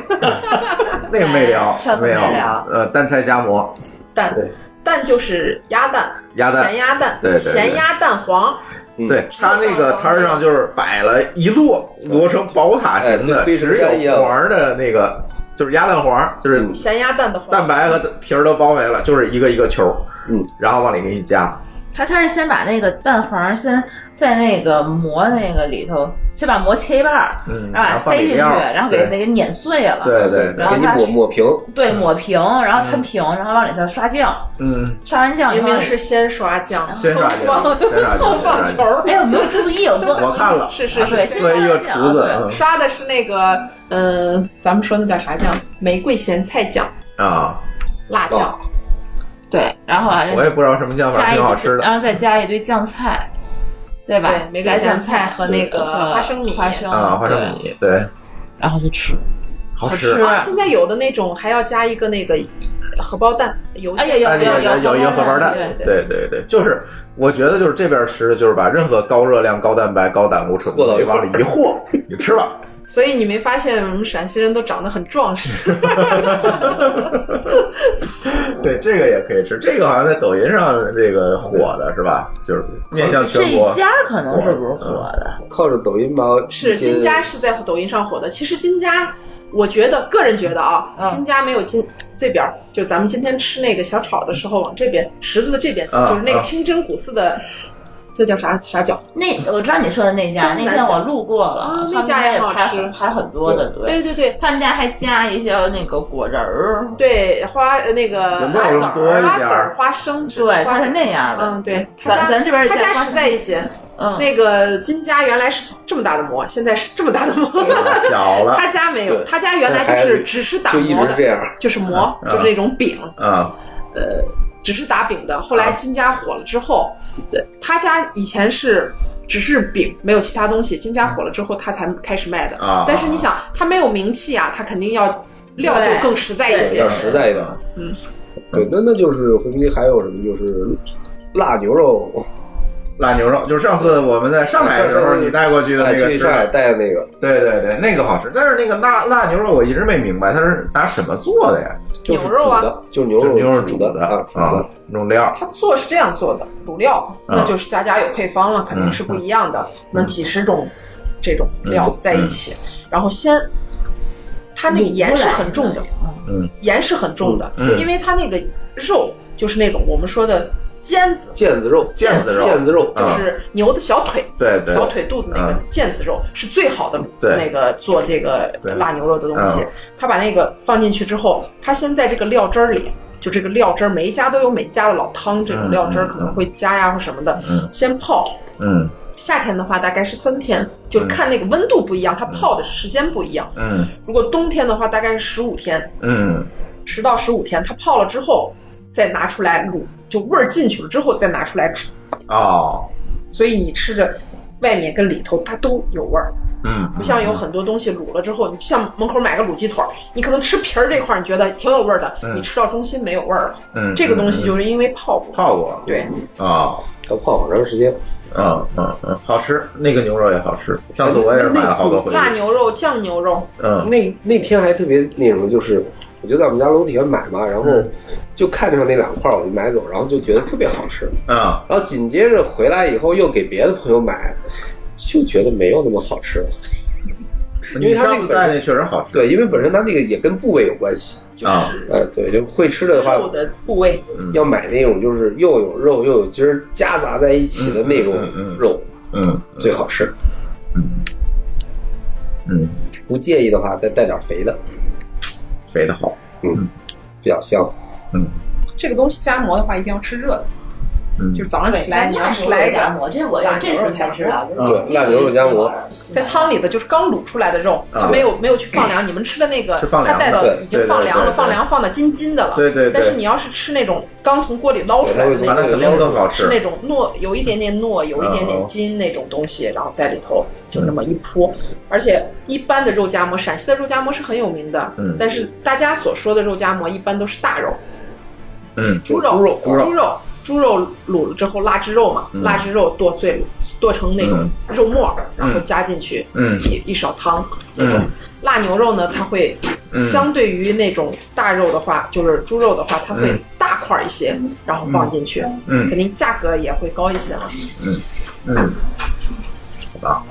那个没聊，上次没没有聊，呃，蛋菜夹馍，蛋对蛋就是鸭蛋，鸭蛋咸鸭蛋，对对对咸鸭蛋黄，嗯嗯对，它那个摊儿上就是摆了一摞摞成宝塔形的，嗯哎对只对嗯有黄儿的那个，就是鸭蛋黄儿，就是咸鸭蛋的黄。蛋白和皮儿都包围了，就是一个一个球，嗯，然后往里给你加，他他是先把那个蛋黄先在那个馍那个里头，先把馍切一半儿，嗯然后把它塞进去，然后放里面然后给那个碾碎了，然后给你它抹抹平，对抹平，然后摊嗯平，然后往里头刷酱，嗯，刷完酱以明后明是先刷酱， 先刷酱后先刷酱放后 放先球刷儿。哎，我没有注意，我忘了我看了是是啊是对，先先刷作为一个酱厨子对嗯刷的是那个，嗯，咱们说那叫啥酱？玫瑰咸菜酱、啊，辣酱。对，然后啊，我也不知道什么酱，反加正一挺好吃的然。后再加一堆酱菜，对吧？对玫瑰加咸酱菜和那个和花生米花生啊，花生米，对，然后就吃，好吃啊！现在有的那种还要加一个那个荷包蛋，有哎有有哎有有有一个荷包蛋，对对对对，就是我觉得就是这边吃，就是把任何高热量、高蛋白、高胆固醇的和到一块往儿里一和，你吃吧。所以你没发现我们陕西人都长得很壮实？对，这个也可以吃，这个好像在抖音上这个火的是吧？就是面向全国。可能是不是火的？靠着抖音吧，是金家是在抖音上火的。其实金家，我觉得个人觉得啊，金家没有金这边儿，就咱们今天吃那个小炒的时候，往这边十字的这边，啊就是那个啊清真古寺的，这叫啥啥饺？那我知道你说的那家，东那南天角我路过了，啊那家也也好吃还很多的，对对对，他们家还加一些那个果仁儿，对花呃那个有没有花籽多一儿、点花籽儿、花生之类对的，花籽儿它是那样的嗯，对，咱他家咱这边儿他加花家生实在一些。嗯那个金家原来是这么大的馍，现在是这么大的 馍，小了他家没有，对他家原来就那孩是子只是打就一直馍的，这样就是馍，嗯嗯就是那种饼，啊，呃，只是打饼的。后来金家火了之后，对他家以前是只是饼，没有其他东西。金家火了之后，他才开始卖的。嗯嗯啊但是你想，他没有名气啊，他肯定要料就更实在一些。要实在一点。嗯，对，那那就是回民街还有什么就是辣牛肉，辣牛肉就是上次我们在上海的时候你带过去的那个哎去上海带的那个，对对对，那个好吃。但是那个辣辣牛肉我一直没明白它是拿什么做的呀？就是牛肉啊煮的，就是牛肉牛肉煮的啊，弄料。他做是这样做的，卤料啊那就是家家有配方嗯了，肯定是不一样的，那几十种这种嗯料在一起，然后先，它那个盐是很重的，嗯，盐是很重的，嗯嗯因为它那个肉就是那种我们说的腱子，腱子肉，腱子肉，腱子嗯肉就是牛的小腿，对对小腿肚子那个嗯腱子肉是最好的对那个做这个对辣牛肉的东西嗯。他把那个放进去之后，他先在这个料汁儿里，就这个料汁儿，每一家都有每一家的老汤，这种嗯料汁儿嗯可能会加呀或什么的嗯，先泡。嗯夏天的话，大概是三天，就嗯看那个温度不一样，它泡的时间不一样。嗯如果冬天的话，大概是十五天，嗯十到十五天，它泡了之后再拿出来卤，就味儿进去了之后再拿出来煮。哦所以你吃着外面跟里头它都有味儿，嗯，不像有很多东西卤了之后，你就像门口买个卤鸡腿儿，你可能吃皮儿这块儿你觉得挺有味儿的，嗯你吃到中心没有味儿了。嗯这个东西就是因为泡过，泡过对，啊，要泡好长时间。嗯嗯嗯，好吃，那个牛肉也好吃。上次我也是买了好多回去。辣牛肉、酱牛肉，嗯那那天还特别那什么，就是我就在我们家楼底下买嘛，然后嗯就看上那两块儿，我就买走，然后就觉得特别好吃。啊，然后紧接着回来以后又给别的朋友买，就觉得没有那么好吃了。因为它那你上个次带本那身确实好吃，对，因为本身它那个也跟部位有关系啊，呃，对，就会吃的话，肉的部位，要买那种就是又有肉又有筋儿夹杂在一起的那种肉，嗯，最好吃。嗯，不介意的话，再带点肥的，肥的好，嗯，比较香。这个东西夹馍的话一定要吃热的，嗯嗯就是早上起来你要那是是来一夹个馍，这我辣这次才牛肉夹知道馍，就是对，辣牛肉夹馍，在汤里的就是刚卤出来的肉，啊它没有没有去放凉。你们吃的那个是放，它凉的带到对已经放凉对了，对对放凉放的筋筋的了。对对对但是你要是吃那种刚从锅里捞出来的对它会那那个，肯定更好吃是那种糯，有一点点糯，有一嗯点点筋那种东西，然后在里头就那么一泼。而且一般的肉夹馍，陕西的肉夹馍是很有名的嗯，但是大家所说的肉夹馍一般都是大肉，嗯，猪肉，猪肉，猪肉，猪肉卤了之后腊汁肉嘛，嗯腊汁肉剁碎剁成那种肉末儿，然后加进去，嗯一一勺汤。嗯腊牛肉呢，它会嗯相对于那种大肉的话，就是猪肉的话，它会嗯大块一些，然后放进去，嗯肯定价格也会高一些嘛。嗯嗯，好吧。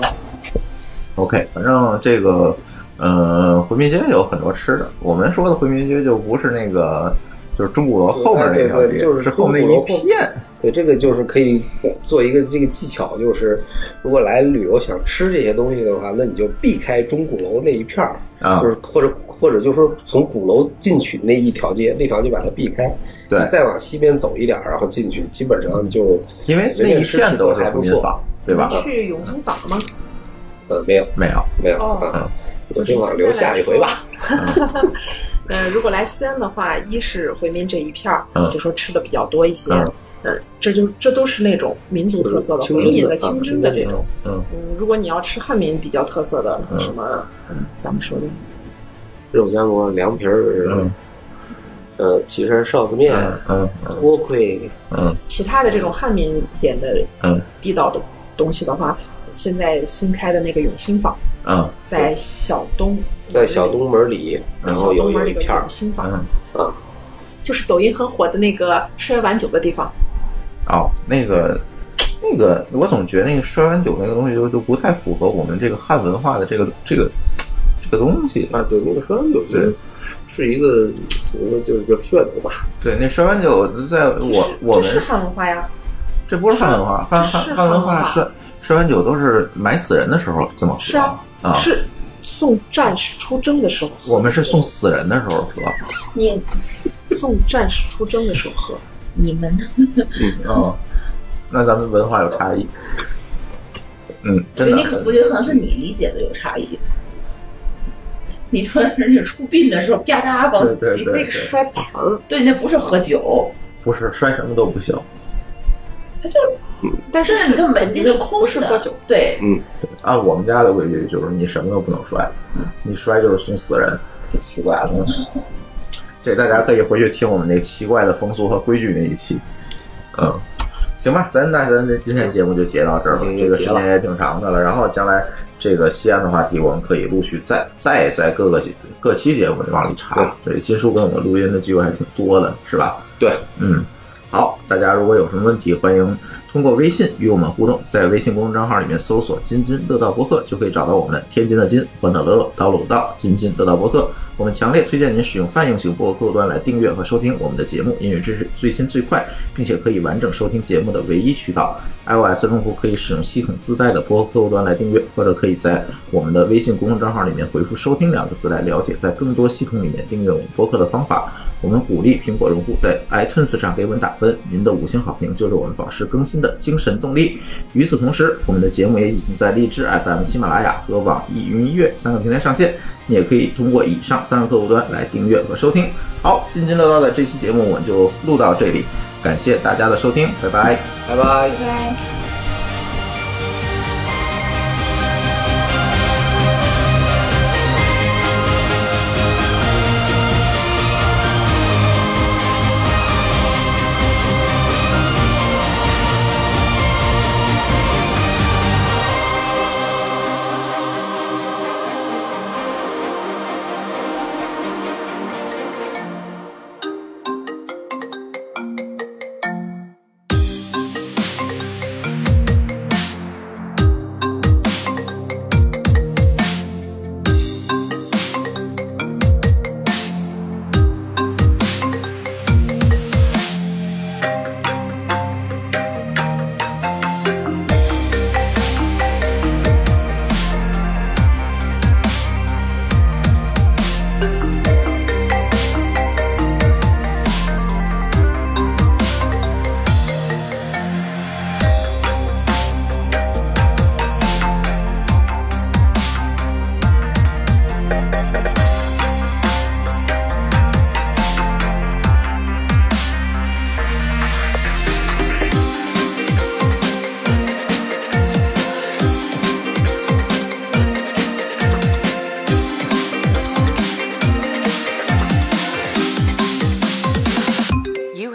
OK，反正这个，呃，回民街有很多吃的。我们说的回民街就不是那个，就是中国后面那对条对，街，就是是后面那一片。片。对，这个就是可以做一个这个技巧，就是如果来旅游想吃这些东西的话，那你就避开钟鼓楼那一片儿啊就是或者或者就是说从鼓楼进去那一条街，那条街把它避开，对你再往西边走一点儿，然后进去，基本上就因为那一片都是还不回民错坊，对吧？去永清坊吗？呃，没有，没有，没有，哦啊，嗯我这往留下一回吧。 呃，如果来西安的话，一是回民这一片儿，嗯就说吃的比较多一些。嗯呃，这就这都是那种民族特色了，清回真民的的、清真的这种。嗯，嗯，如果你要吃汉民比较特色的嗯什么，咱们说的肉夹馍、凉皮儿，呃，岐山臊子面，嗯，锅盔，嗯其他的这种汉民一点的嗯地道的东西的话，现在新开的那个永清坊嗯，在小东，在小东门里，然后有有一片儿小东门里有一个新房嗯啊，就是抖音很火的那个摔碗酒的地方。哦，那个。那个，我总觉得那个摔碗酒那个东西就就不太符合我们这个汉文化的这个这个这个东西啊。对，那个摔碗酒对是一个怎么说，就是就是噱头吧。对，那摔碗酒在嗯其我实我这们是汉文化呀，这不是汉文化，汉汉是汉文汉文化化摔摔碗酒都是埋死人的时候这么喝是啊，啊。是送战士出征的时候，我们是送死人的时候喝。你嗯送战士出征的时候喝，你们嗯，那咱们文化有差异。嗯，真你可的。不就可能是你理解的有差异。你说的是那出殡的时候啪嗒往对对对那对个摔盆儿，对，那不是喝酒，不是摔什么都不行。它就但是你根本肯定就是空是喝酒，对，嗯，按我们家的规矩就是你什么都不能摔，你摔就是送死人。太奇怪了。这大家可以回去听我们那奇怪的风俗和规矩那一期。嗯，行吧，咱那咱这今天节目就截到这儿了，这个时间也挺长的了。然后将来这个西安的话题，我们可以陆续再再在各个节各期节目里往里查。对，金叔跟我们录音的机会还挺多的，是吧？对，嗯。好，大家如果有什么问题，欢迎通过微信与我们互动，在微信公众账号里面搜索“津津乐道播客”就可以找到我们。天津的津，欢乐的乐，道路的道，津津乐道播客。我们强烈推荐您使用泛用型播客客户端来订阅和收听我们的节目，因为这是最新最快，并且可以完整收听节目的唯一渠道。iOS 用户可以使用系统自带的播客客户端来订阅，或者可以在我们的微信公众账号里面回复“收听”两个字来了解在更多系统里面订阅我们播客的方法。我们鼓励苹果用户在 iTunes 上给我们打分，您的五星好评就是我们保持更新的精神动力。与此同时，我们的节目也已经在荔枝 FM、喜马拉雅和网易云音乐三个平台上线，你也可以通过以上三个客户端来订阅和收听。好，津津乐道的这期节目我们就录到这里，感谢大家的收听，拜拜，拜拜。对。 「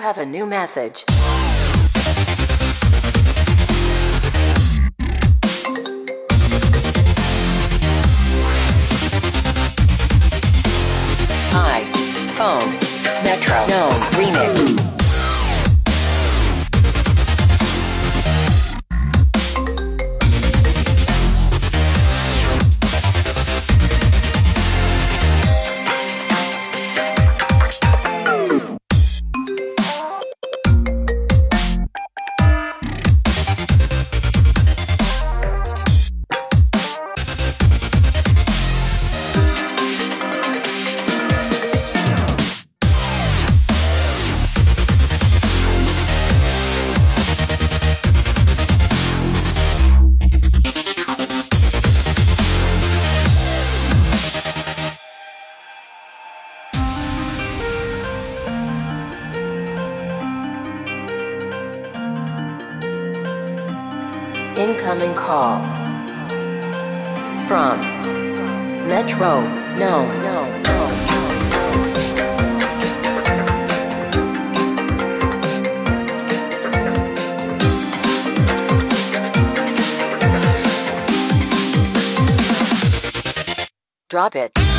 have a new message. 哦 Metro No Remix。 Incoming call from Metro. No, no, Drop it.